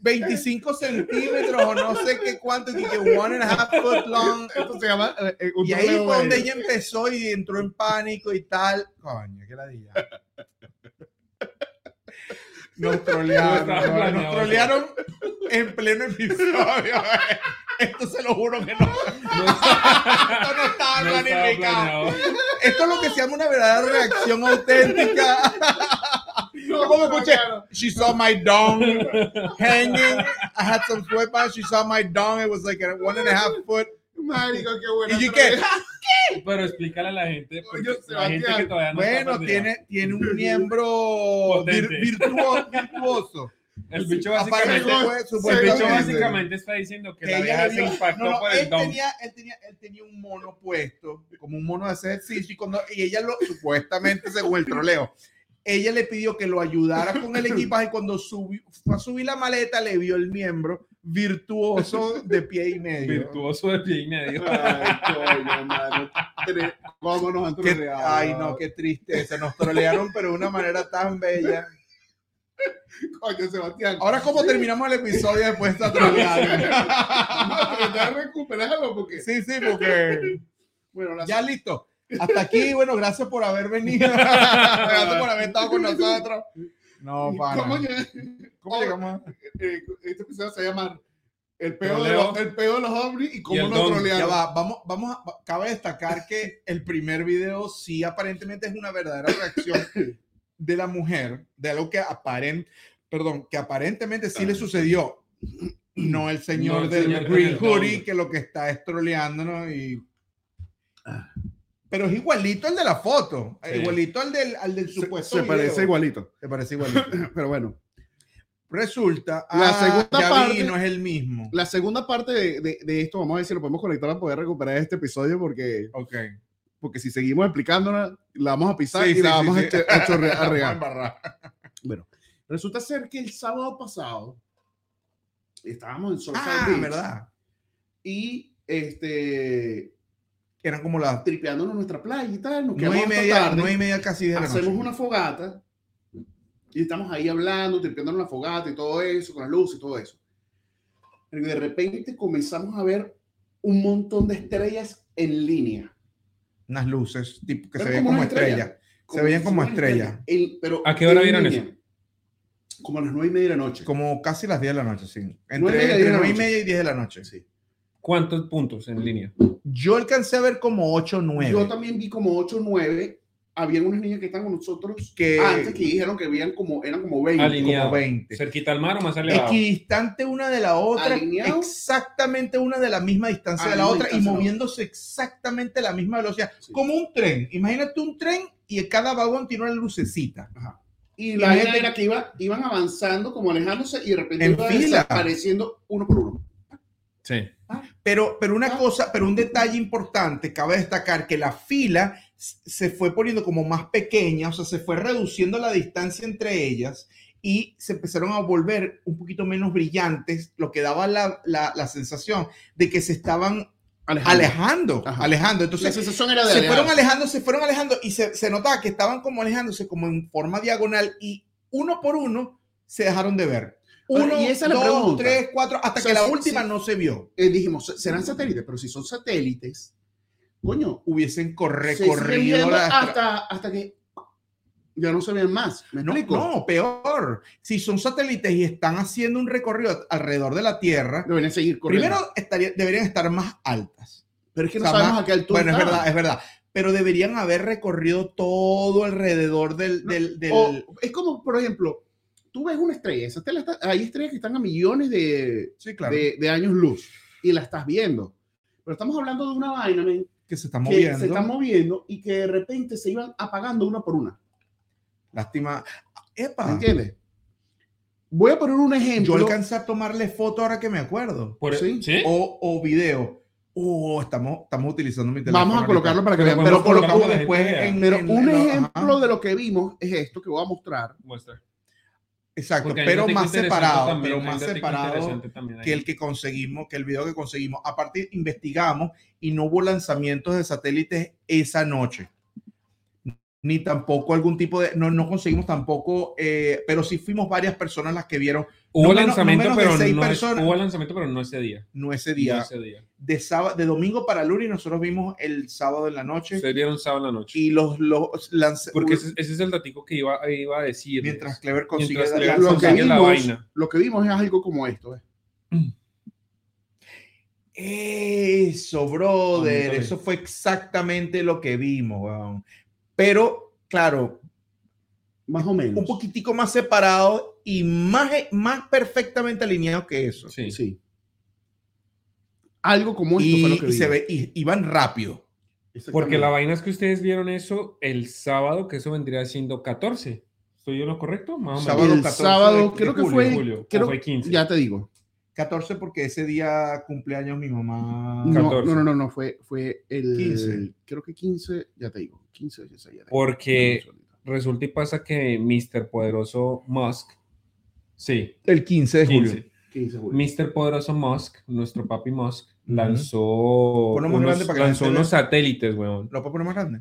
S2: 25 centímetros o no sé qué cuánto, y que one and a half foot long.
S1: Esto se llama eh, eh, un
S2: Y ahí
S1: troleo
S2: fue donde
S1: bello.
S2: ella empezó y entró en pánico y tal. Coño, qué ladilla. Nos trolearon,
S3: No estaba
S2: ¿verdad? nos
S3: planeado
S2: trolearon en pleno episodio. eh. Esto se lo juro que no.
S3: No estaba-
S2: Esto no estaba
S3: no estaba
S2: planificado.
S3: planeado.
S2: Esto es lo que se llama una verdadera reacción auténtica.
S1: No,
S2: ¿Cómo escuché?
S1: claro.
S2: She saw my dong hanging. I had some sweatpants. She saw my dong. It was like a one and a half foot.
S1: Marico, qué bueno.
S2: ¿Y you qué?
S3: Pero explícale a la gente. porque
S1: Oye,
S3: la gente que
S1: Sebastián,
S3: todavía no está
S2: Bueno,
S3: perdida.
S2: tiene, tiene un miembro vir-
S3: Potente.
S2: virtuo- virtuoso. pues,
S3: El bicho
S2: Aparte,
S3: básicamente.
S1: Apareció-
S2: fue-
S3: El
S1: Sí,
S3: bicho
S1: sí, sí.
S3: básicamente está diciendo que
S2: que
S3: la
S2: ella
S3: vieja
S2: le
S3: se
S2: vio-
S3: impactó
S2: no, no,
S3: por
S2: él
S3: el don.
S2: tenía, él, tenía, él tenía un mono puesto, como un mono de ese ejercicio, y, cuando, y ella lo, supuestamente, según el troleo, ella le pidió que lo ayudara con el equipaje y cuando subió, fue a subir la maleta le vio el miembro virtuoso de pie y medio.
S3: Virtuoso de pie y medio.
S1: Ay, coño, mano. Tre- ¿Cómo nos han
S2: Qué-
S1: troleado?
S2: ay, no, qué tristeza. Nos trolearon, pero de una manera tan bella.
S1: Coño, Sebastián.
S2: Ahora, ¿cómo terminamos el episodio después de esta troleada?
S1: No, pero ya recuperarlo porque.
S2: Sí, sí, porque...
S1: Bueno, la
S2: Ya listo. Hasta aquí, bueno, gracias por haber venido. gracias por haber estado con nosotros. No, para.
S1: ¿Cómo llega-
S2: ¿Cómo llegamos?
S1: eh, Este episodio se llama El peor de
S3: Troleo.
S1: los, el peor de los ovnis y
S3: Y
S1: cómo
S3: el
S1: nos
S3: don.
S2: Ya
S1: trolearon.
S2: va, vamos, vamos a, cabe destacar que el primer video sí aparentemente es una verdadera reacción de la mujer, de algo que aparent, perdón, que aparentemente sí le sucedió. No el señor
S3: No el
S2: del
S3: señor con
S2: Green
S3: el
S2: Hoodie,
S3: don.
S2: que lo que está es troleándonos y...
S1: Ah.
S2: Pero es igualito al de la foto,
S3: Sí.
S2: igualito al del, al del
S1: Se,
S2: supuesto
S1: se parece
S2: video.
S1: igualito.
S2: Se parece igualito.
S1: Pero bueno.
S2: Resulta,
S1: La
S2: ah,
S1: segunda
S2: ya
S1: parte-
S2: vi, no es el mismo.
S1: La segunda parte de, de- de esto, vamos a ver si lo podemos conectar para poder recuperar este episodio, porque,
S2: Ok.
S1: porque si seguimos explicándola, la vamos a pisar
S2: Sí,
S1: y
S2: sí,
S1: la
S2: sí,
S1: vamos a
S2: sí.
S1: este- a chorre- a
S2: Vamos a
S1: regar.
S2: embarrar.
S1: Resulta ser que el sábado pasado estábamos en Surfside
S2: Ah,
S1: Beach
S2: verdad.
S1: y este,
S2: Eran como las
S1: tripeándonos en nuestra playa y tal, nos quedamos
S2: nueve y
S1: hasta
S2: media,
S1: tarde.
S2: nueve y media casi de la noche.
S1: hacemos una fogata y estamos ahí hablando, tripeándonos la fogata y todo eso, con las luces y todo eso. Y de repente comenzamos a ver un montón de estrellas en línea.
S2: Unas luces tipo, que
S1: Pero
S2: se veían
S1: como
S2: como
S1: una
S2: estrellas.
S1: estrella.
S2: Se veían
S1: si
S2: como
S1: fueran
S2: estrellas.
S1: En- pero
S3: ¿A qué hora
S1: en
S3: vieron
S1: línea. Como a las nueve y media de la noche.
S2: Como casi las 10 de la noche, sí. Entre
S1: Nueve y media,
S2: entre
S1: diez de la
S2: nueve y
S1: noche.
S2: media y 10 de la noche, sí.
S3: ¿Cuántos puntos en línea?
S2: Yo alcancé a ver como 8 o 9.
S1: Yo también vi como ocho o nueve. Habían unas niñas que estaban con nosotros eh,
S2: Que-
S1: Ah, antes que dijeron que veían como, eran como 20.
S3: Alineadas.
S2: como 20.
S3: ¿Cerquita al mar o más elevado?
S2: Equidistante una de la otra,
S1: Alineado.
S2: exactamente una de la misma distancia
S1: A
S2: de la
S1: la misma
S2: otra y
S1: distancia de la
S2: moviéndose exactamente a la misma velocidad.
S1: Sí.
S2: Como un tren. Imagínate un tren y cada vagón tiene una lucecita.
S1: Y la idea
S2: Imagínate-
S1: era que iba, iban avanzando, como alejándose, y de repente
S2: En
S1: iba
S2: fila.
S1: desapareciendo uno por uno.
S3: Sí.
S2: Pero, pero una
S1: Ah.
S2: cosa, pero un detalle importante, cabe destacar que la fila s- se fue poniendo como más pequeña, o sea, se fue reduciendo la distancia entre ellas y se empezaron a volver un poquito menos brillantes, lo que daba la, la- la sensación de que se estaban alejando,
S1: Ajá.
S2: alejando.
S1: La
S2: Entonces,
S1: sensación era de
S2: se fueron
S1: alejarse.
S2: alejando, se fueron alejando y se, se notaba que estaban como alejándose como en forma diagonal y uno por uno se dejaron de ver.
S1: Ahora,
S2: Uno,
S1: y esa es la
S2: dos,
S1: pregunta.
S2: tres, cuatro, hasta
S1: O sea,
S2: que la
S1: sí,
S2: última
S1: sí.
S2: no se vio.
S1: Eh, dijimos, "Se- serán satélites, pero si son satélites, coño,
S2: hubiesen corre-
S1: se siguen
S2: recorrido
S1: viendo
S2: las tra-
S1: hasta, hasta que ya no se ven más. ¿Me
S2: No,
S1: explico?
S2: no, peor. Si son satélites y están haciendo un recorrido alrededor de la Tierra,
S1: Deberían seguir corriendo.
S2: primero estaría, deberían estar más altas.
S1: pero es que no
S2: o sea,
S1: sabemos
S2: más-
S1: a qué altura.
S2: Bueno, es
S1: estaban.
S2: verdad, es verdad. Pero deberían haber recorrido todo alrededor del...
S1: No,
S2: del, del-
S1: O es como, por ejemplo, tú ves una estrella, esa estrella está- hay estrellas que están a millones de,
S2: sí, claro.
S1: de, de años luz y la estás viendo. Pero estamos hablando de una vaina, men,
S2: que se está
S1: que
S2: moviendo.
S1: se están moviendo y que de repente se iban apagando una por una.
S2: Lástima.
S1: ¿Me
S2: Epa,
S1: entiendes? Voy a poner un
S2: yo
S1: ejemplo.
S2: alcancé a tomarle foto ahora que me acuerdo.
S3: Por-
S1: Sí.
S3: ¿sí?
S2: O, o video. Oh, estamos, estamos utilizando mi teléfono.
S1: Vamos a
S2: ahorita.
S1: colocarlo para que
S3: Pero
S1: vean.
S3: podemos
S1: Pero,
S2: Lo
S1: colocamos-
S2: colocamos
S3: la gente
S2: después
S3: vea.
S2: en,
S1: pero
S2: en-
S1: un
S2: en-
S1: ejemplo
S2: ajá.
S1: de lo que vimos es esto que voy a mostrar.
S3: Muestra.
S2: Exacto,
S3: Porque hay
S2: pero
S3: un dato
S2: más
S3: interesante
S2: separado,
S3: también,
S2: pero
S3: hay un
S2: más
S3: dato
S2: separado
S3: interesante también ahí.
S2: que el que conseguimos, que el video que conseguimos. Aparte, investigamos y no hubo lanzamientos de satélites esa noche. Ni tampoco algún tipo de. No, no conseguimos tampoco, eh, pero sí fuimos varias personas las que vieron,
S3: Hubo
S2: no menos-
S3: lanzamiento,
S2: no menos de
S3: pero
S2: seis
S3: no es-
S2: personas.
S3: hubo lanzamiento, pero no ese día.
S2: no ese
S3: No
S2: día.
S3: ese día.
S2: De, sábado, de domingo para lunes, nosotros vimos el sábado en la noche
S3: Ustedes vieron sábado en la noche.
S2: y los, los lanz-
S3: Porque ese, ese es el datico que iba, iba a decir.
S2: Mientras Clever consigue.
S3: Mientras Clever
S2: lanzamientos.
S1: Lo que,
S3: consigue la
S1: vimos,
S3: vaina.
S1: lo que vimos es algo como esto. ¿eh?
S2: Eso,
S3: Ah,
S2: brother.
S3: mira.
S2: Eso fue exactamente lo que vimos, weón. Pero, claro,
S1: Más o menos.
S2: un poquitico más separado y más, eh, más perfectamente alineado que eso.
S3: Sí.
S1: Sí. Algo como esto fue lo que
S2: Y, y
S1: vimos.
S2: se ve, y, y van rápido.
S3: Porque
S1: Exactamente.
S3: la vaina es que ustedes vieron eso el sábado, que eso vendría siendo 14. ¿Estoy yo en lo correcto? Más o menos.
S2: Sábado
S1: el
S2: 14
S1: sábado,
S2: de- de
S1: creo que
S2: julio,
S1: Ah, fue,
S3: julio, o
S1: creo,
S3: fue 15.
S1: ya te digo,
S2: 14 porque ese día cumpleaños mi mamá.
S1: no,
S3: 14.
S1: no, no, no, no, fue, fue el,
S2: 15.
S1: creo que 15, ya te digo, 15, o 16, ya te digo.
S3: Porque resulta y pasa que Mr. Poderoso Musk, sí,
S2: El 15 de
S3: 15.
S2: julio.
S1: 15 de julio.
S3: Mr. Poderoso Musk, nuestro papi Musk,
S2: Ujú.
S3: lanzó,
S2: Ponlo más grande
S3: unos,
S2: para que la
S3: lanzó
S2: gente
S3: unos satélites, weón.
S2: ¿Lo puedo poner más grande?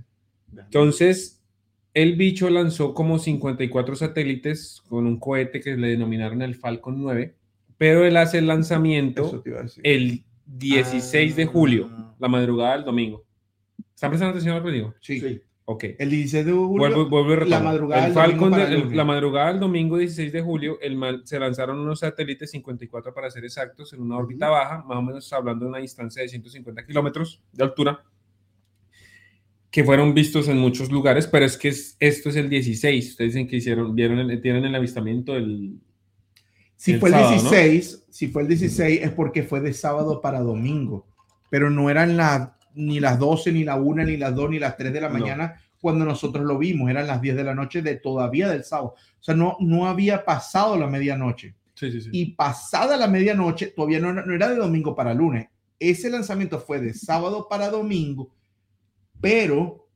S3: Entonces, el bicho lanzó como 54 satélites con un cohete que le denominaron el Falcon 9, pero él hace el
S2: Eso
S3: lanzamiento
S2: te iba a decir.
S3: el 16 de
S2: Ah.
S3: julio, la madrugada del domingo. ¿Están prestando atención a lo que digo?
S2: Sí.
S1: Sí.
S3: Ok.
S2: El 16 de julio.
S3: Vuelvo, vuelvo y retomo.
S2: la madrugada
S3: El
S2: del domingo
S3: Falcon
S2: para
S3: de-
S2: el
S3: el-
S2: lunes.
S3: la madrugada del domingo 16 de julio el man- se lanzaron unos satélites 54 para ser exactos en una órbita baja, más o menos hablando de una distancia de 150 kilómetros de altura, que fueron vistos en muchos lugares, pero es que es- esto es el 16. Ustedes dicen que hicieron, vieron, el- tienen el avistamiento del...
S2: Si
S3: El
S2: fue el
S3: sábado, ¿no?
S2: 16, si fue el 16 es porque fue de sábado para domingo, pero no eran las ni las 12, ni la 1, ni las 2, ni las 3 de la
S1: No.
S2: mañana cuando nosotros lo vimos. Eran las 10 de la noche de todavía del sábado. O sea, no, no había pasado la medianoche.
S3: Sí, sí, sí.
S2: Y pasada la medianoche, todavía no, era- no era de domingo para lunes. Ese lanzamiento fue de sábado para domingo, pero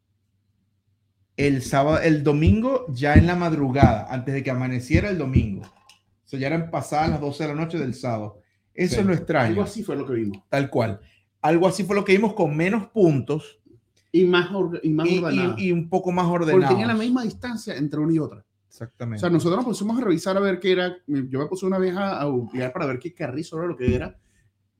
S2: el sábado, el domingo ya en la madrugada, antes de que amaneciera el domingo. O sea, ya eran pasadas las 12 de la noche del sábado. Eso
S3: Sí.
S2: es lo
S1: Algo
S2: extraño,
S1: así fue lo que vimos.
S2: tal cual. Algo así fue lo que vimos con menos puntos
S1: Y más, orga- y más
S2: y,
S1: ordenado.
S2: y- y un poco más
S1: porque
S2: ordenado.
S1: tenía la misma distancia entre una y otra. O
S2: Exactamente.
S1: sea, nosotros nos pusimos a revisar a ver qué era. Yo me puse una vez a, a googlear para ver qué carrizo era lo que era,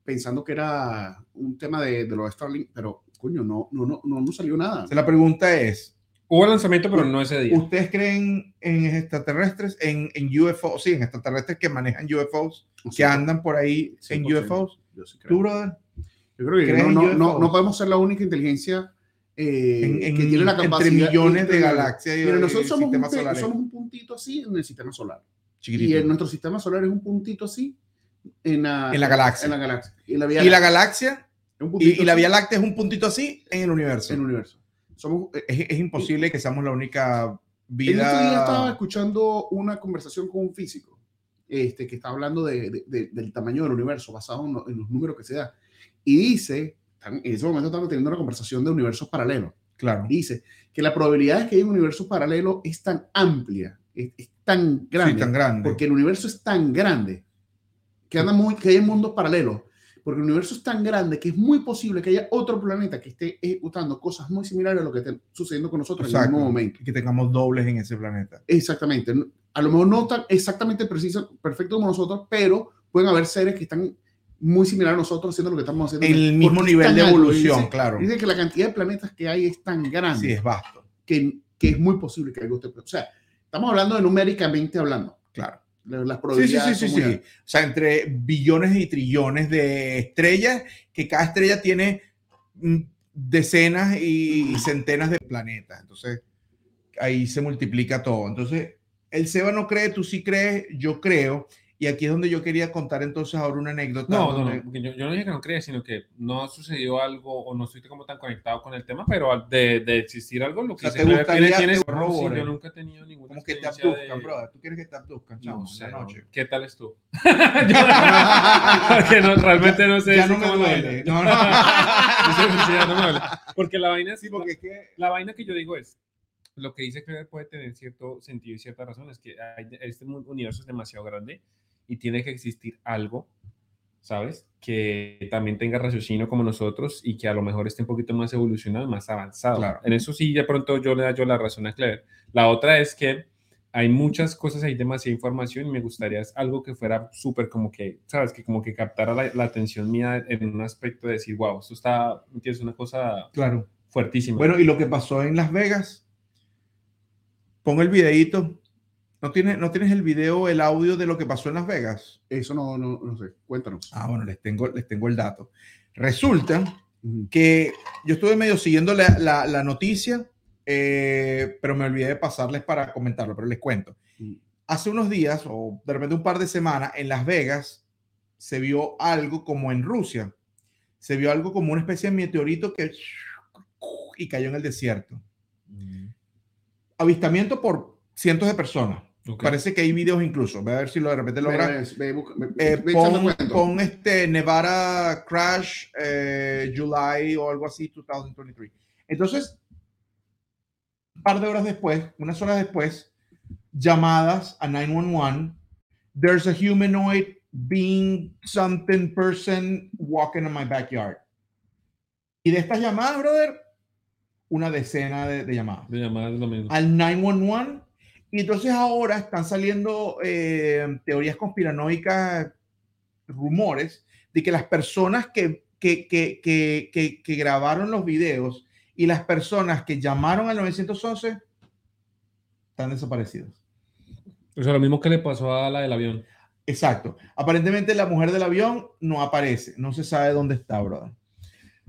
S1: pensando que era un tema de, de los Starlink, pero coño, no, no, no, no, no salió nada.
S2: Entonces, la pregunta es,
S3: Hubo lanzamiento, pero no ese día.
S2: ¿Ustedes creen en extraterrestres, en, en UFOs? Sí, en extraterrestres que manejan UFOs,
S1: O
S2: que
S1: sea,
S2: andan por ahí en
S1: 100%.
S2: UFOs.
S1: yo sí creo.
S2: ¿Tú, brother?
S1: Yo creo que
S2: ¿Crees
S1: no,
S2: en
S1: no, no,
S2: UFOs?
S1: no podemos ser la única inteligencia eh,
S2: En- en-
S1: que tiene la capacidad.
S2: entre millones de
S1: entre-
S2: galaxias y
S1: Mira,
S2: y
S1: nosotros somos un,
S2: sistemas
S1: pe-
S2: solares.
S1: somos un puntito así en el sistema solar. Y
S2: Chiquitito.
S1: en nuestro sistema solar es un puntito así en la,
S2: En la galaxia.
S1: En la galaxia. Y la Vía
S2: Y la
S1: Láctea
S2: galaxia
S1: es un
S2: y,
S1: puntito
S2: y la
S1: así
S2: Vía Láctea es un puntito así en el universo.
S1: en el universo. Somos, eh,
S2: Es, es imposible que seamos la única
S1: El otro día estaba
S2: vida.
S1: escuchando una conversación con un físico este, que está hablando de- de- de- del tamaño del universo basado en, lo- en los números que se da. Y dice, tan- en ese momento estamos teniendo una conversación de universos paralelos.
S2: Claro.
S1: Dice que la probabilidad de que haya un universo paralelo es tan amplia, es, es tan grande,
S2: Sí, tan grande.
S1: porque el universo es tan grande que, anda muy, que hay mundos paralelos. Porque el universo es tan grande que es muy posible que haya otro planeta que esté ejecutando cosas muy similares a lo que está sucediendo con nosotros en el
S2: Exacto.
S1: mismo momento.
S2: Que tengamos dobles en ese planeta.
S1: Exactamente. A lo mejor no tan exactamente preciso, perfecto como nosotros, pero pueden haber seres que están muy similares a nosotros haciendo lo que estamos haciendo.
S2: El mismo
S1: Porque es
S2: nivel
S1: tan
S2: de
S1: alto,
S2: evolución,
S1: dice-
S2: claro.
S1: Dice que la cantidad de planetas que hay es tan grande
S2: Sí, es vasto.
S1: que, que es muy posible que algo esté. O sea, estamos hablando de numéricamente hablando.
S2: Claro.
S1: La- Las
S2: Sí, sí,
S1: probabilidades.
S2: sí,
S1: son
S2: sí,
S1: muy
S2: sí.
S1: altas.
S2: O sea, entre billones y trillones de estrellas, que cada estrella tiene mm, decenas y centenas de planetas. Entonces, ahí se multiplica todo. Entonces, el Seba no cree, tú sí crees, yo creo. Y aquí es donde yo quería contar entonces ahora una anécdota.
S3: No, no,
S2: donde-
S3: no, porque yo, yo no dije que no creía, sino que no sucedió algo o no estoy como tan conectado con el tema, pero al- de, de existir algo, lo
S2: sea,
S3: que sí
S2: ¿te
S3: creo que
S2: gustaría
S3: tiene- tiene-
S2: que
S3: sí,
S2: corroboren?
S3: Yo nunca he tenido ninguna
S2: Como que te
S3: experiencia de-
S2: abduzcan, brother. ¿Tú quieres que te abduzcan? chamo,
S3: No
S2: en
S3: sé,
S2: la
S3: no.
S2: noche?
S3: ¿Qué tal es tú? Porque no, realmente no sé
S2: Ya
S3: si
S2: no me
S3: cómo lo
S2: duele.
S3: es.
S2: No, no.
S3: No sé si ya no me duele. Porque la vaina es-
S2: Sí, porque es que
S3: la vaina que yo digo es, lo que dice Clever puede tener cierto sentido y cierta razón, es que hay- este mu- universo es demasiado grande y tiene que existir algo, ¿sabes? Que también tenga raciocinio como nosotros y que a lo mejor esté un poquito más evolucionado, y más avanzado.
S2: Claro.
S3: En eso sí, de pronto yo le doy la razón a Clever. La otra es que hay muchas cosas, hay demasiada información y me gustaría es algo que fuera súper como que, ¿sabes? Que como que captara la, la atención mía en un aspecto de decir, wow, esto está, es una cosa
S2: Claro.
S3: fuertísima.
S2: Bueno, y lo que pasó en Las Vegas. Pongo el videíto. ¿No tienes, ¿No tienes el video, el audio de lo que pasó en Las Vegas?
S1: Eso no, no, no sé. Cuéntanos.
S2: Ah, bueno, les tengo, les tengo el dato. Resulta
S1: Ujú.
S2: que yo estuve medio siguiendo la, la- la noticia, eh, pero me olvidé de pasarles para comentarlo, pero les cuento. Hace unos días, o de repente un par de semanas, en Las Vegas se vio algo como en Rusia. Se vio algo como una especie de meteorito que y cayó en el desierto. Mm. Avistamiento por cientos de personas.
S3: Ok.
S2: Parece que hay videos incluso. Voy a ver si lo, de repente
S1: Ve-
S2: logran.
S1: ve- ve- busca- ve-
S2: Eh,
S1: ve echando
S2: pon,
S1: cuentos.
S2: pon este Nevada Crash eh, July o algo así, 2023. Entonces, un par de horas después, unas horas después, llamadas a 911. There's a humanoid being something person walking in my backyard. Y de estas llamadas, brother, una decena de, de llamadas
S3: De llamadas es lo mismo.
S2: al 911. Y entonces ahora están saliendo eh, teorías conspiranoicas, rumores de que las personas que, que, que, que, que, que grabaron los videos y las personas que llamaron al 911 están desaparecidos.
S3: O sea, lo mismo que le pasó a la del avión.
S2: Exacto. Aparentemente la mujer del avión no aparece. No se sabe dónde está, brother.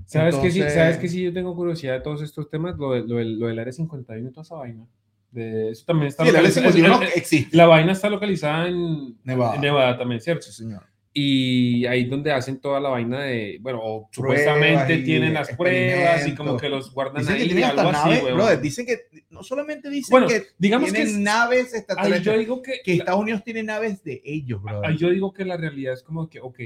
S3: ¿Sabes que sí?
S2: Entonces-
S3: ¿Sabes que sí? Yo tengo curiosidad de todos estos temas, lo, de- lo, del- lo del área 51 y toda esa vaina. De, eso también está
S2: Sí, el área
S3: localizado-
S2: 51
S3: es- es-
S2: existe.
S3: la vaina está localizada en
S2: Nevada.
S3: en Nevada también, ¿cierto?
S2: Sí, señor.
S3: Y ahí es donde hacen toda la vaina de, bueno, o
S2: Pruebas
S3: supuestamente
S2: y
S3: tienen las pruebas y como
S2: experimentos.
S3: que los guardan
S2: Dicen que
S3: ahí,
S2: tienen
S3: algo
S2: hasta
S3: así,
S2: naves,
S3: weón.
S2: brother, dicen que no solamente dicen
S3: Bueno,
S2: que
S3: digamos que
S2: tienen
S3: es-
S2: naves
S3: Ahí yo
S2: extraterrestres,
S3: digo que,
S2: que Estados Unidos tiene naves de ellos, brother.
S3: ahí yo digo que la realidad es como que, ok,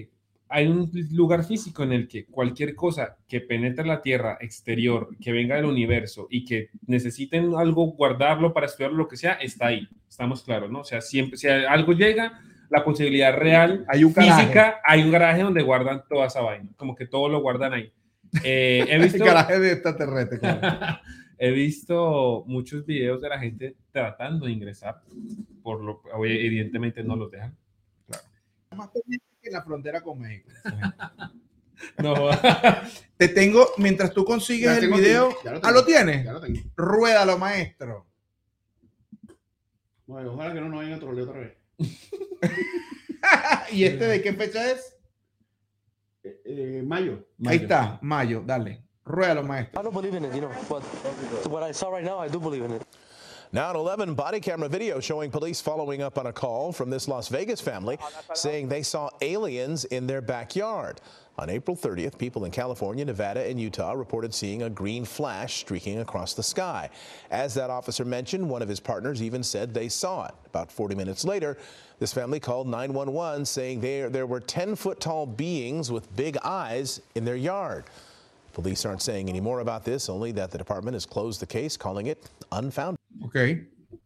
S3: hay un lugar físico en el que cualquier cosa que penetre la Tierra exterior, que venga del universo y que necesiten algo, guardarlo para estudiarlo, lo que sea, está ahí. Estamos claros, ¿no? O sea, siempre, si algo llega, la posibilidad real
S2: Hay un garaje.
S3: física, hay un garaje donde guardan toda esa vaina, como que todo lo guardan ahí. Eh, he, visto,
S2: garaje de extraterrestre, claro.
S3: he visto muchos videos de la gente tratando de ingresar, por lo oye, evidentemente no los dejan.
S2: Más pendiente que en la frontera con México.
S3: No,
S2: Te tengo, mientras tú consigues
S1: Ya
S2: el
S1: tengo
S2: video.
S1: aquí, ya lo
S2: ah,
S1: tengo.
S2: lo tienes.
S1: Ya lo tengo.
S2: Ruédalo, maestro.
S1: Bueno, ojalá que no nos vayan a trolear otra vez.
S2: ¿Y este de qué fecha es?
S1: Eh, eh, mayo.
S2: Ahí está, mayo, dale. Ruédalo, maestro.
S10: I don't believe in it, you know, but what I saw right now, I do believe in it.
S11: Now at 11, body camera video showing police following up on a call from this Las Vegas family saying they saw aliens in their backyard. On April 30th, people in California, Nevada, and Utah reported seeing a green flash streaking across the sky. As that officer mentioned, one of his partners even said they saw it. About 40 minutes later, this family called 911 saying there, there were 10 foot tall beings with big eyes in their yard. Police aren't saying any more about this, only that the department has closed the case, calling it unfounded.
S2: Ok.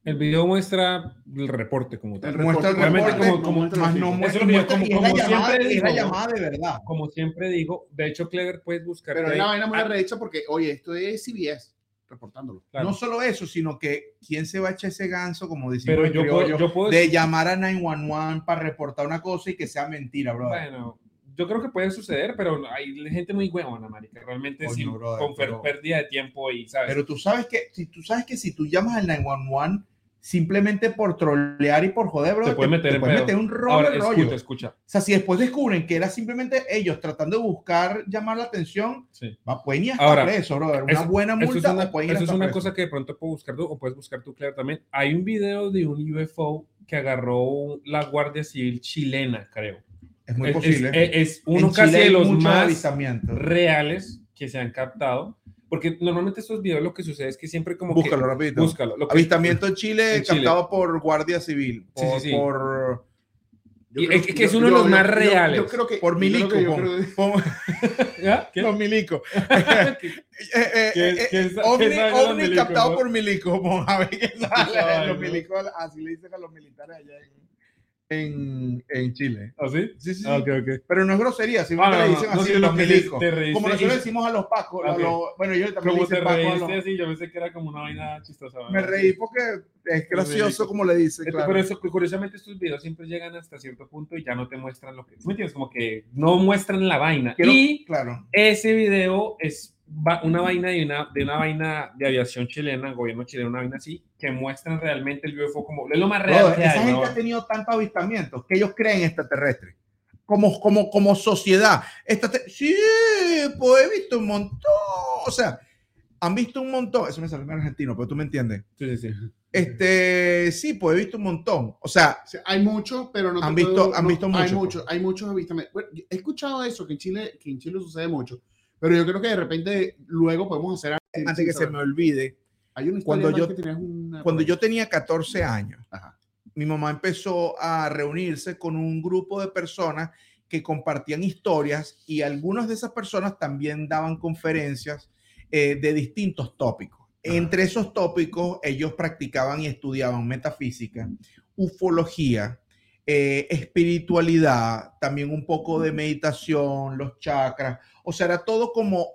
S3: El video muestra el reporte como tal.
S1: El
S2: Muestra el
S1: reporte,
S3: Realmente
S2: reporte,
S3: como- como-
S2: más no
S1: Eso
S2: muestra
S3: es lo que
S2: muestra-
S3: yo- como-
S2: y es la
S3: como
S2: llamada-
S3: siempre
S2: es la
S3: digo.
S2: llamada de verdad.
S3: Como siempre digo, de hecho, Clever puedes buscar.
S1: Pero
S3: que
S1: es la
S3: hay-
S1: vaina muy
S3: ah,
S1: arrecha porque, oye, esto es CBS reportándolo.
S3: claro.
S2: No solo eso, sino que quién se va a echar ese ganso, como decimos
S3: pero
S2: en
S3: yo puedo,
S2: criollo,
S3: yo puedo
S2: de llamar a 911 para reportar una cosa y que sea mentira, bro.
S3: Bueno, yo creo que puede suceder, pero hay gente muy huevona, marica. Realmente
S2: Coño,
S3: sí,
S2: brother,
S3: con per-
S2: pero-
S3: pérdida de tiempo y, ¿sabes?
S2: Pero tú sabes que si tú sabes que si tú llamas al 911 simplemente por trolear y por joder, bro,
S3: Te pueden meter en pedo.
S2: un rollo,
S3: Ahora,
S2: rollo.
S3: escucha, escucha.
S2: O sea, si después descubren que era simplemente ellos tratando de buscar llamar la atención,
S3: Sí.
S2: va, pueden ir hasta
S3: Ahora,
S2: preso, brother. Una
S3: eso-
S2: buena
S3: Eso es
S2: multa
S3: una,
S2: o pueden ir
S3: eso es
S2: hasta
S3: una
S2: preso.
S3: cosa que de pronto puedo buscar tú o puedes buscar tú, Clever, también. Hay un video de un UFO que agarró la Guardia Civil chilena, creo.
S2: es muy
S3: Es- es-
S2: posible.
S3: Es, es uno
S2: En
S3: casi
S2: Chile
S3: de
S2: hay
S3: los
S2: muchos
S3: más
S2: avistamientos.
S3: reales que se han captado. Porque normalmente estos videos lo que sucede es que siempre como
S2: Búscalo
S3: que...
S2: rapidito.
S3: Búscalo. Lo que-
S2: Avistamiento en Chile,
S3: En Chile.
S2: captado por Guardia Civil,
S3: Sí, sí,
S2: por,
S3: sí.
S2: por,
S1: Yo
S3: Y
S1: creo-
S3: es que es uno de los más reales.
S1: Yo, creo que
S2: por
S1: yo creo
S2: milico,
S1: que- yo
S2: por-
S1: creo que-
S2: por-
S3: ¿Ya? ¿Qué?
S2: los milicos. Eh, eh,
S3: ¿Qué-
S2: eh,
S3: qué sa-
S2: ovni
S3: qué saben los
S2: ovni
S3: milicos,
S2: captado
S3: no?
S2: por milicos. Vamos a ver qué sale.
S3: saben,
S2: los
S3: no?
S2: milicos, así le dicen a los militares allá en, en, en Chile.
S3: ¿Así?
S2: Sí, sí, sí.
S3: Ah, ok, ok.
S2: Pero no es grosería, sino que
S3: Ah, no,
S2: le
S3: no,
S2: dicen
S3: no,
S2: así
S3: sino
S2: los
S3: que te-
S2: milicos.
S3: te reíste
S2: como nosotros
S3: y-
S2: decimos a los pacos.
S3: Ok.
S2: a los- bueno, yo también le
S3: Como te
S2: dicen paco a
S3: reíste
S2: los-
S3: así, yo pensé que era como una vaina chistosa. ¿no?
S2: Me reí porque es gracioso
S3: milicos.
S2: como le dicen.
S3: Esto-
S2: claro.
S3: Este, Pero eso, curiosamente estos videos siempre llegan hasta cierto punto y ya no te muestran lo que... ¿sí ¿Me entiendes? Como que no muestran la vaina.
S2: Quiero-
S3: Y
S2: claro.
S3: ese video es va- una vaina de una, de una vaina de aviación chilena, gobierno chileno, una vaina así, que muestran realmente el UFO como... Es lo más real
S2: Brother,
S3: que
S2: esa
S3: hay,
S2: gente
S3: ¿no?
S2: ha tenido tantos avistamientos que ellos creen extraterrestres. Como, como, como sociedad. Extrate- sí, pues he visto un montón. O sea, han visto un montón. Eso me salió en argentino, pero tú me entiendes.
S3: Sí, sí, sí.
S2: Este, sí, pues he visto un montón. O sea,
S1: o sea, hay muchos, pero no te
S2: Han visto-
S1: puedo-
S2: han
S1: no,
S2: visto
S1: Hay
S2: mucho,
S1: muchos, hay muchos avistamientos. Bueno, yo he escuchado eso, que en Chile, que en Chile sucede mucho. Pero yo creo que de repente luego podemos hacer algo.
S2: antes que se me olvide,
S1: Hay una historia
S2: cuando
S1: más
S2: yo-
S1: que tenías una-
S2: cuando yo tenía 14 años,
S1: Ajá.
S2: mi mamá empezó a reunirse con un grupo de personas que compartían historias y algunas de esas personas también daban conferencias eh, de distintos tópicos. Entre esos tópicos, ellos practicaban y estudiaban metafísica, ufología, eh, espiritualidad, también un poco de meditación, los chakras. O sea, era todo como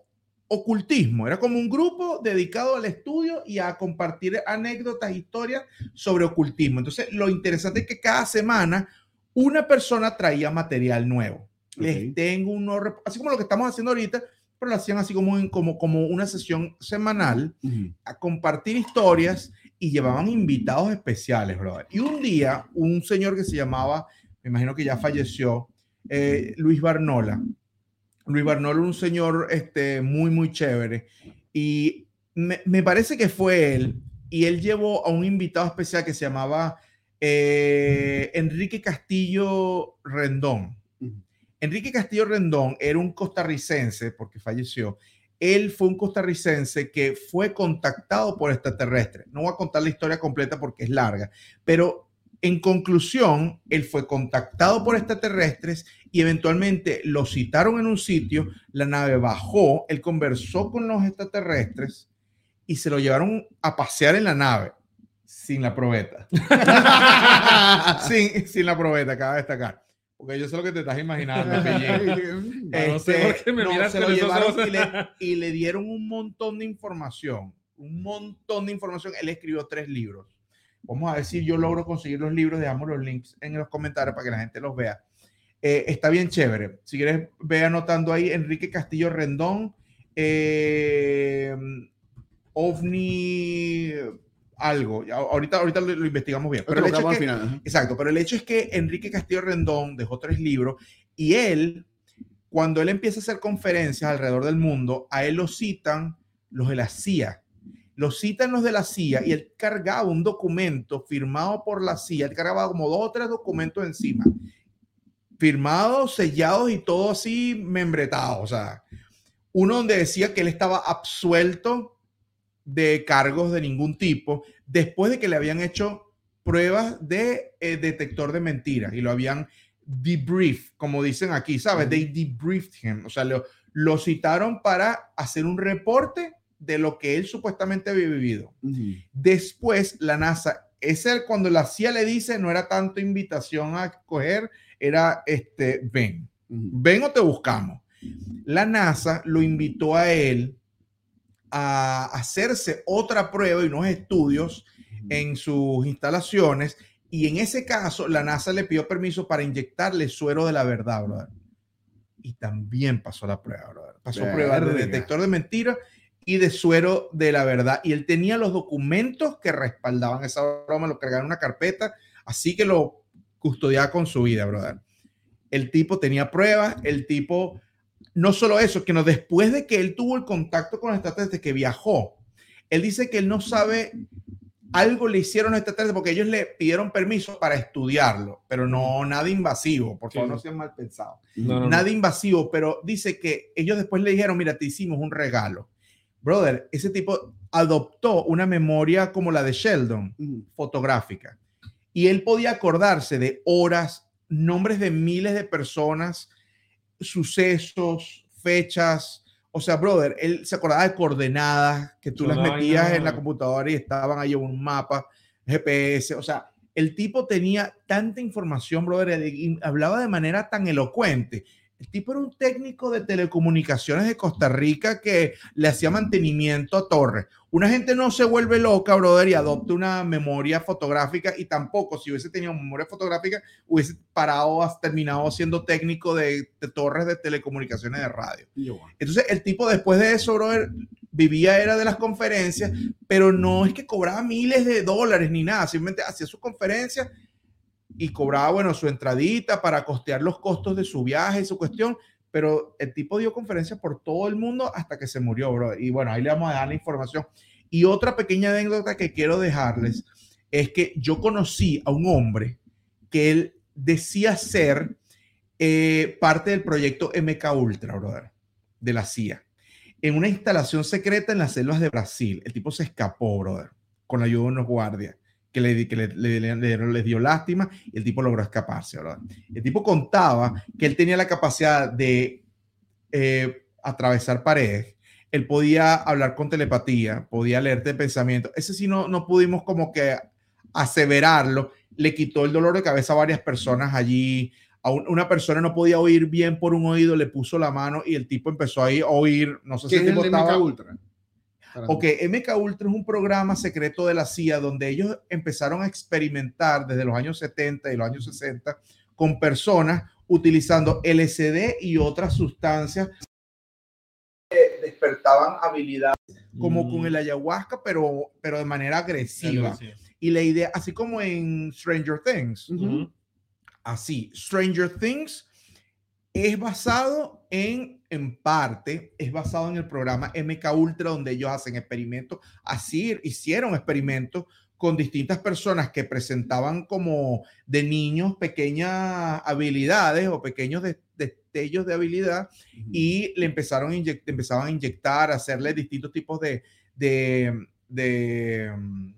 S2: ocultismo, era como un grupo dedicado al estudio y a compartir anécdotas, historias sobre ocultismo. Entonces, lo interesante es que cada semana una persona traía material nuevo. Les
S1: Ok.
S2: tengo uno, rep- así como lo que estamos haciendo ahorita, pero lo hacían así como, en- como, como una sesión semanal
S1: Ujú.
S2: a compartir historias y llevaban invitados especiales, brother. Y un día, un señor que se llamaba, me imagino que ya falleció, eh, Luis Barnola. Luis Barnola, un señor este, muy, muy chévere. Y me, me parece que fue él. Y él llevó a un invitado especial que se llamaba eh, Enrique Castillo Rendón.
S1: Ujú.
S2: Enrique Castillo Rendón era un costarricense, porque falleció. Él fue un costarricense que fue contactado por extraterrestres. No voy a contar la historia completa porque es larga, pero en conclusión, él fue contactado por extraterrestres y eventualmente lo citaron en un sitio, la nave bajó, él conversó con los extraterrestres y se lo llevaron a pasear en la nave sin la probeta. sin, sin la probeta, acaba de destacar. Porque yo sé lo que te estás imaginando. Pellín.
S3: No sé por qué me miras
S2: este, se
S3: con
S2: lo
S3: esos
S2: llevaron
S3: ojos.
S2: y, le, y le dieron un montón de información. Un montón de información. Él escribió tres libros. Vamos a ver si yo logro conseguir los libros. Dejamos los links en los comentarios para que la gente los vea. Eh, está bien chévere. Si quieres, ve anotando ahí Enrique Castillo Rendón, eh, OVNI algo. Ya, Ahorita, ahorita lo, lo investigamos bien. Pero
S1: Lo
S2: el hecho
S1: tocamos
S2: es que-
S1: al final, ajá.
S2: Exacto, pero el hecho es que Enrique Castillo Rendón dejó tres libros y él, cuando él empieza a hacer conferencias alrededor del mundo, a él lo citan los de la CIA. Lo citan los de la CIA y él cargaba un documento firmado por la CIA. Él cargaba como dos o tres documentos encima firmados, sellados y todo así membretado. O sea, uno donde decía que él estaba absuelto de cargos de ningún tipo después de que le habían hecho pruebas de eh, detector de mentiras y lo habían debrief, como dicen aquí, ¿sabes? They debriefed him. O sea, lo, lo citaron para hacer un reporte de lo que él supuestamente había vivido. Después, la NASA, ese cuando la CIA le dice, no era tanto invitación a coger, era este, ven, ven o te buscamos. La NASA lo invitó a él a hacerse otra prueba y unos estudios en sus instalaciones. Y en ese caso, la NASA le pidió permiso para inyectarle suero de la verdad, brother. Y también pasó la prueba, brother. Pasó prueba de
S1: Verga.
S2: detector de mentiras y de suero de la verdad. Y él tenía los documentos que respaldaban esa broma, lo cargaron en una carpeta, así que lo custodiaba con su vida, brother. El tipo tenía pruebas, el tipo, no solo eso, que no, después de que él tuvo el contacto con los extraterrestres, que viajó, él dice que él no sabe, algo le hicieron los extraterrestres porque ellos le pidieron permiso para estudiarlo, pero no nada invasivo, por favor,
S3: Sí.
S2: no sean mal pensados.
S3: No, no, no.
S2: nada invasivo, pero dice que ellos después le dijeron, mira, te hicimos un regalo. Brother, ese tipo adoptó una memoria como la de Sheldon, fotográfica. Y él podía acordarse de horas, nombres de miles de personas, sucesos, fechas. O sea, brother, él se acordaba de coordenadas que tú
S3: Una
S2: las metías
S3: vaina.
S2: en la computadora y estaban ahí en un mapa, GPS. O sea, el tipo tenía tanta información, brother, y hablaba de manera tan elocuente. El tipo era un técnico de telecomunicaciones de Costa Rica que le hacía mantenimiento a torres. Una gente no se vuelve loca, brother, y adopta una memoria fotográfica y tampoco, si hubiese tenido memoria fotográfica, hubiese parado, has terminado siendo técnico de, de torres de telecomunicaciones de radio. Entonces, el tipo después de eso, brother, vivía era de las conferencias, pero no es que cobraba miles de dólares ni nada, simplemente hacía sus conferencias y cobraba, bueno, su entradita para costear los costos de su viaje y su cuestión, pero el tipo dio conferencias por todo el mundo hasta que se murió, bro. Y bueno, ahí le vamos a dar la información. Y otra pequeña anécdota que quiero dejarles es que yo conocí a un hombre que él decía ser eh, parte del proyecto MK Ultra, brother, de la CIA, en una instalación secreta en las selvas de Brasil. El tipo se escapó, brother, con la ayuda de unos guardias que le, di- que le- le- le- le- les dio lástima y el tipo logró escaparse, brother. El tipo contaba que él tenía la capacidad de eh, atravesar paredes, él podía hablar con telepatía, podía leerte pensamientos. Ese sí no, no pudimos como que aseverarlo, le quitó el dolor de cabeza a varias personas allí. A un- una persona no podía oír bien por un oído, le puso la mano y el tipo empezó ahí a oír. No sé si
S1: ¿Qué es
S2: tipo
S1: el de
S2: estaba-
S1: MK Ultra? Para-
S2: Ok, MK Ultra es un programa secreto de la CIA donde ellos empezaron a experimentar desde los años 70 y los años 60 con personas utilizando LSD y otras sustancias que despertaban habilidades como
S3: Mm.
S2: con el ayahuasca, pero, pero de manera agresiva. Y la idea, así como en Stranger Things,
S3: Ujú.
S2: así, Stranger Things es basado en, en parte, es basado en el programa MK Ultra, donde ellos hacen experimentos, así hicieron experimentos con distintas personas que presentaban como de niños pequeñas habilidades o pequeños de- destellos de habilidad y le empezaron a inyec- empezaban a inyectar, a hacerle distintos tipos de... de, de, mm,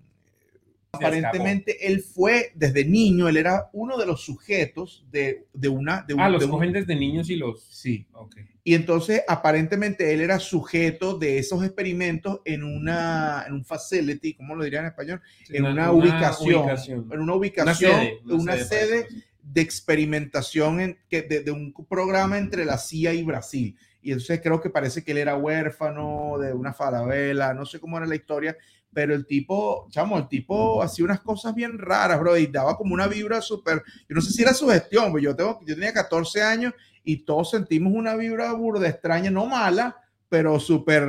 S2: aparentemente él fue desde niño, él era uno de los sujetos de, de una... De un-
S3: Ah, los
S2: de un-
S3: cogen desde niños y los.
S2: Sí.
S3: Ok.
S2: y entonces, aparentemente, él era sujeto de esos experimentos en una en un facility, ¿cómo lo dirían en español?
S3: Sí,
S2: en
S3: una-
S2: una,
S3: una
S2: ubicación,
S3: ubicación.
S2: En una ubicación,
S3: Una
S2: una sede,
S3: sede, una sede para
S2: de experimentación en, que de, de un programa entre la CIA y Brasil. Y entonces creo que parece que él era huérfano de una falabela, no sé cómo era la historia, pero el tipo, chamo, el tipo hacía unas cosas bien raras, bro, y daba como una vibra súper, yo no sé si era su gestión, pero yo, tengo, yo tenía 14 años y todos sentimos una vibra burda extraña, no mala, pero súper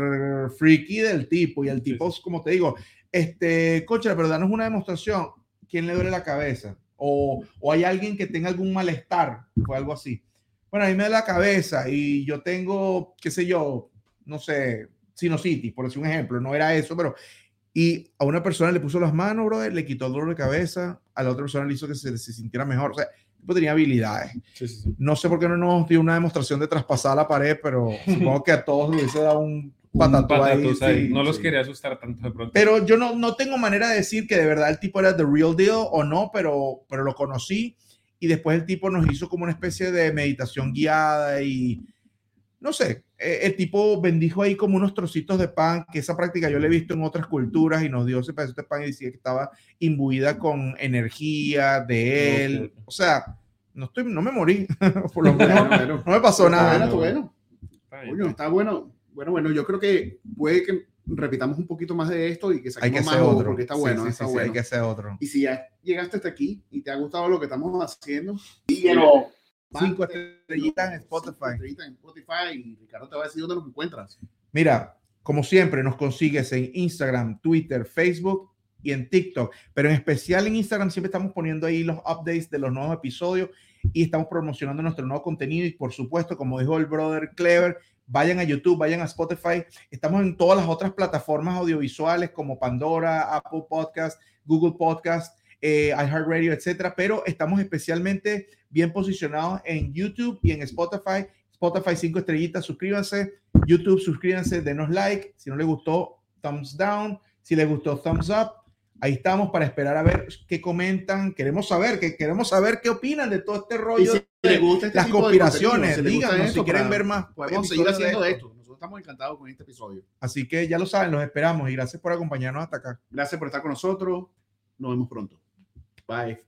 S2: freaky del tipo. Y el tipo, como te digo, este, coche, pero danos una demostración, ¿quién le duele la cabeza? O, o hay alguien que tenga algún malestar, o algo así. Bueno, a mí me duele la cabeza y yo tengo, qué sé yo, no sé, sinusitis, por decir un ejemplo, no era eso, pero... Y a una persona le puso las manos, brother, le quitó el dolor de cabeza, a la otra persona le hizo que se, se sintiera mejor. O sea, el tipo tenía habilidades. No sé por qué no nos dio una demostración de traspasar la pared, pero supongo que a todos le hubiese dado un patatú ahí,
S3: Patatos ahí.
S2: sí,
S3: no los
S2: sí.
S3: quería asustar tanto de pronto.
S2: Pero yo no, no tengo manera de decir que de verdad el tipo era the real deal o no, pero, pero lo conocí y después el tipo nos hizo como una especie de meditación guiada y no sé, eh, el tipo bendijo ahí como unos trocitos de pan, que esa práctica yo la he visto en otras culturas y nos dio ese pedacito de pan y decía que estaba imbuida con energía de él. O sea, no, estoy, no me morí, por lo menos no me pasó nada.
S1: Está bueno, está bueno. Coño, está bueno. Bueno, bueno, yo creo que puede que repitamos un poquito más de esto y que
S2: Hay que
S1: saquemos más
S2: hacer otro.
S1: porque está
S2: Sí,
S1: bueno,
S2: sí,
S1: está
S2: sí, sí,
S1: bueno.
S2: hay que hacer otro.
S1: Y si ya llegaste hasta aquí y te ha gustado lo que estamos haciendo,
S2: Síguelo. Cinco
S1: Parte-
S2: estrellitas en Spotify.
S1: Cinco estrellitas en Spotify y Ricardo te va a decir dónde nos encuentras.
S2: Mira, como siempre, nos consigues en Instagram, Twitter, Facebook y en TikTok, pero en especial en Instagram siempre estamos poniendo ahí los updates de los nuevos episodios y estamos promocionando nuestro nuevo contenido y por supuesto, como dijo el brother Clever, vayan a YouTube, vayan a Spotify, estamos en todas las otras plataformas audiovisuales como Pandora, Apple Podcast, Google Podcast, eh, iHeartRadio, etcétera, pero estamos especialmente bien posicionados en YouTube y en Spotify. Spotify 5 estrellitas, suscríbanse. YouTube, suscríbanse, denos like. Si no les gustó, thumbs down. Si les gustó, thumbs up. Ahí estamos para esperar a ver qué comentan. Queremos saber, que queremos saber qué opinan de todo este rollo.
S1: si
S2: de
S1: les gusta este
S2: las
S1: tipo de
S2: conspiraciones,
S1: contenido, si les gusta
S2: díganos si
S1: esto,
S2: quieren
S1: para-
S2: ver más.
S1: Podemos seguir
S2: episodios
S1: haciendo de esto. Nosotros estamos encantados con este episodio.
S2: Así que ya lo saben, los esperamos y gracias por acompañarnos hasta acá.
S1: Gracias por estar con nosotros. Nos vemos pronto. Bye.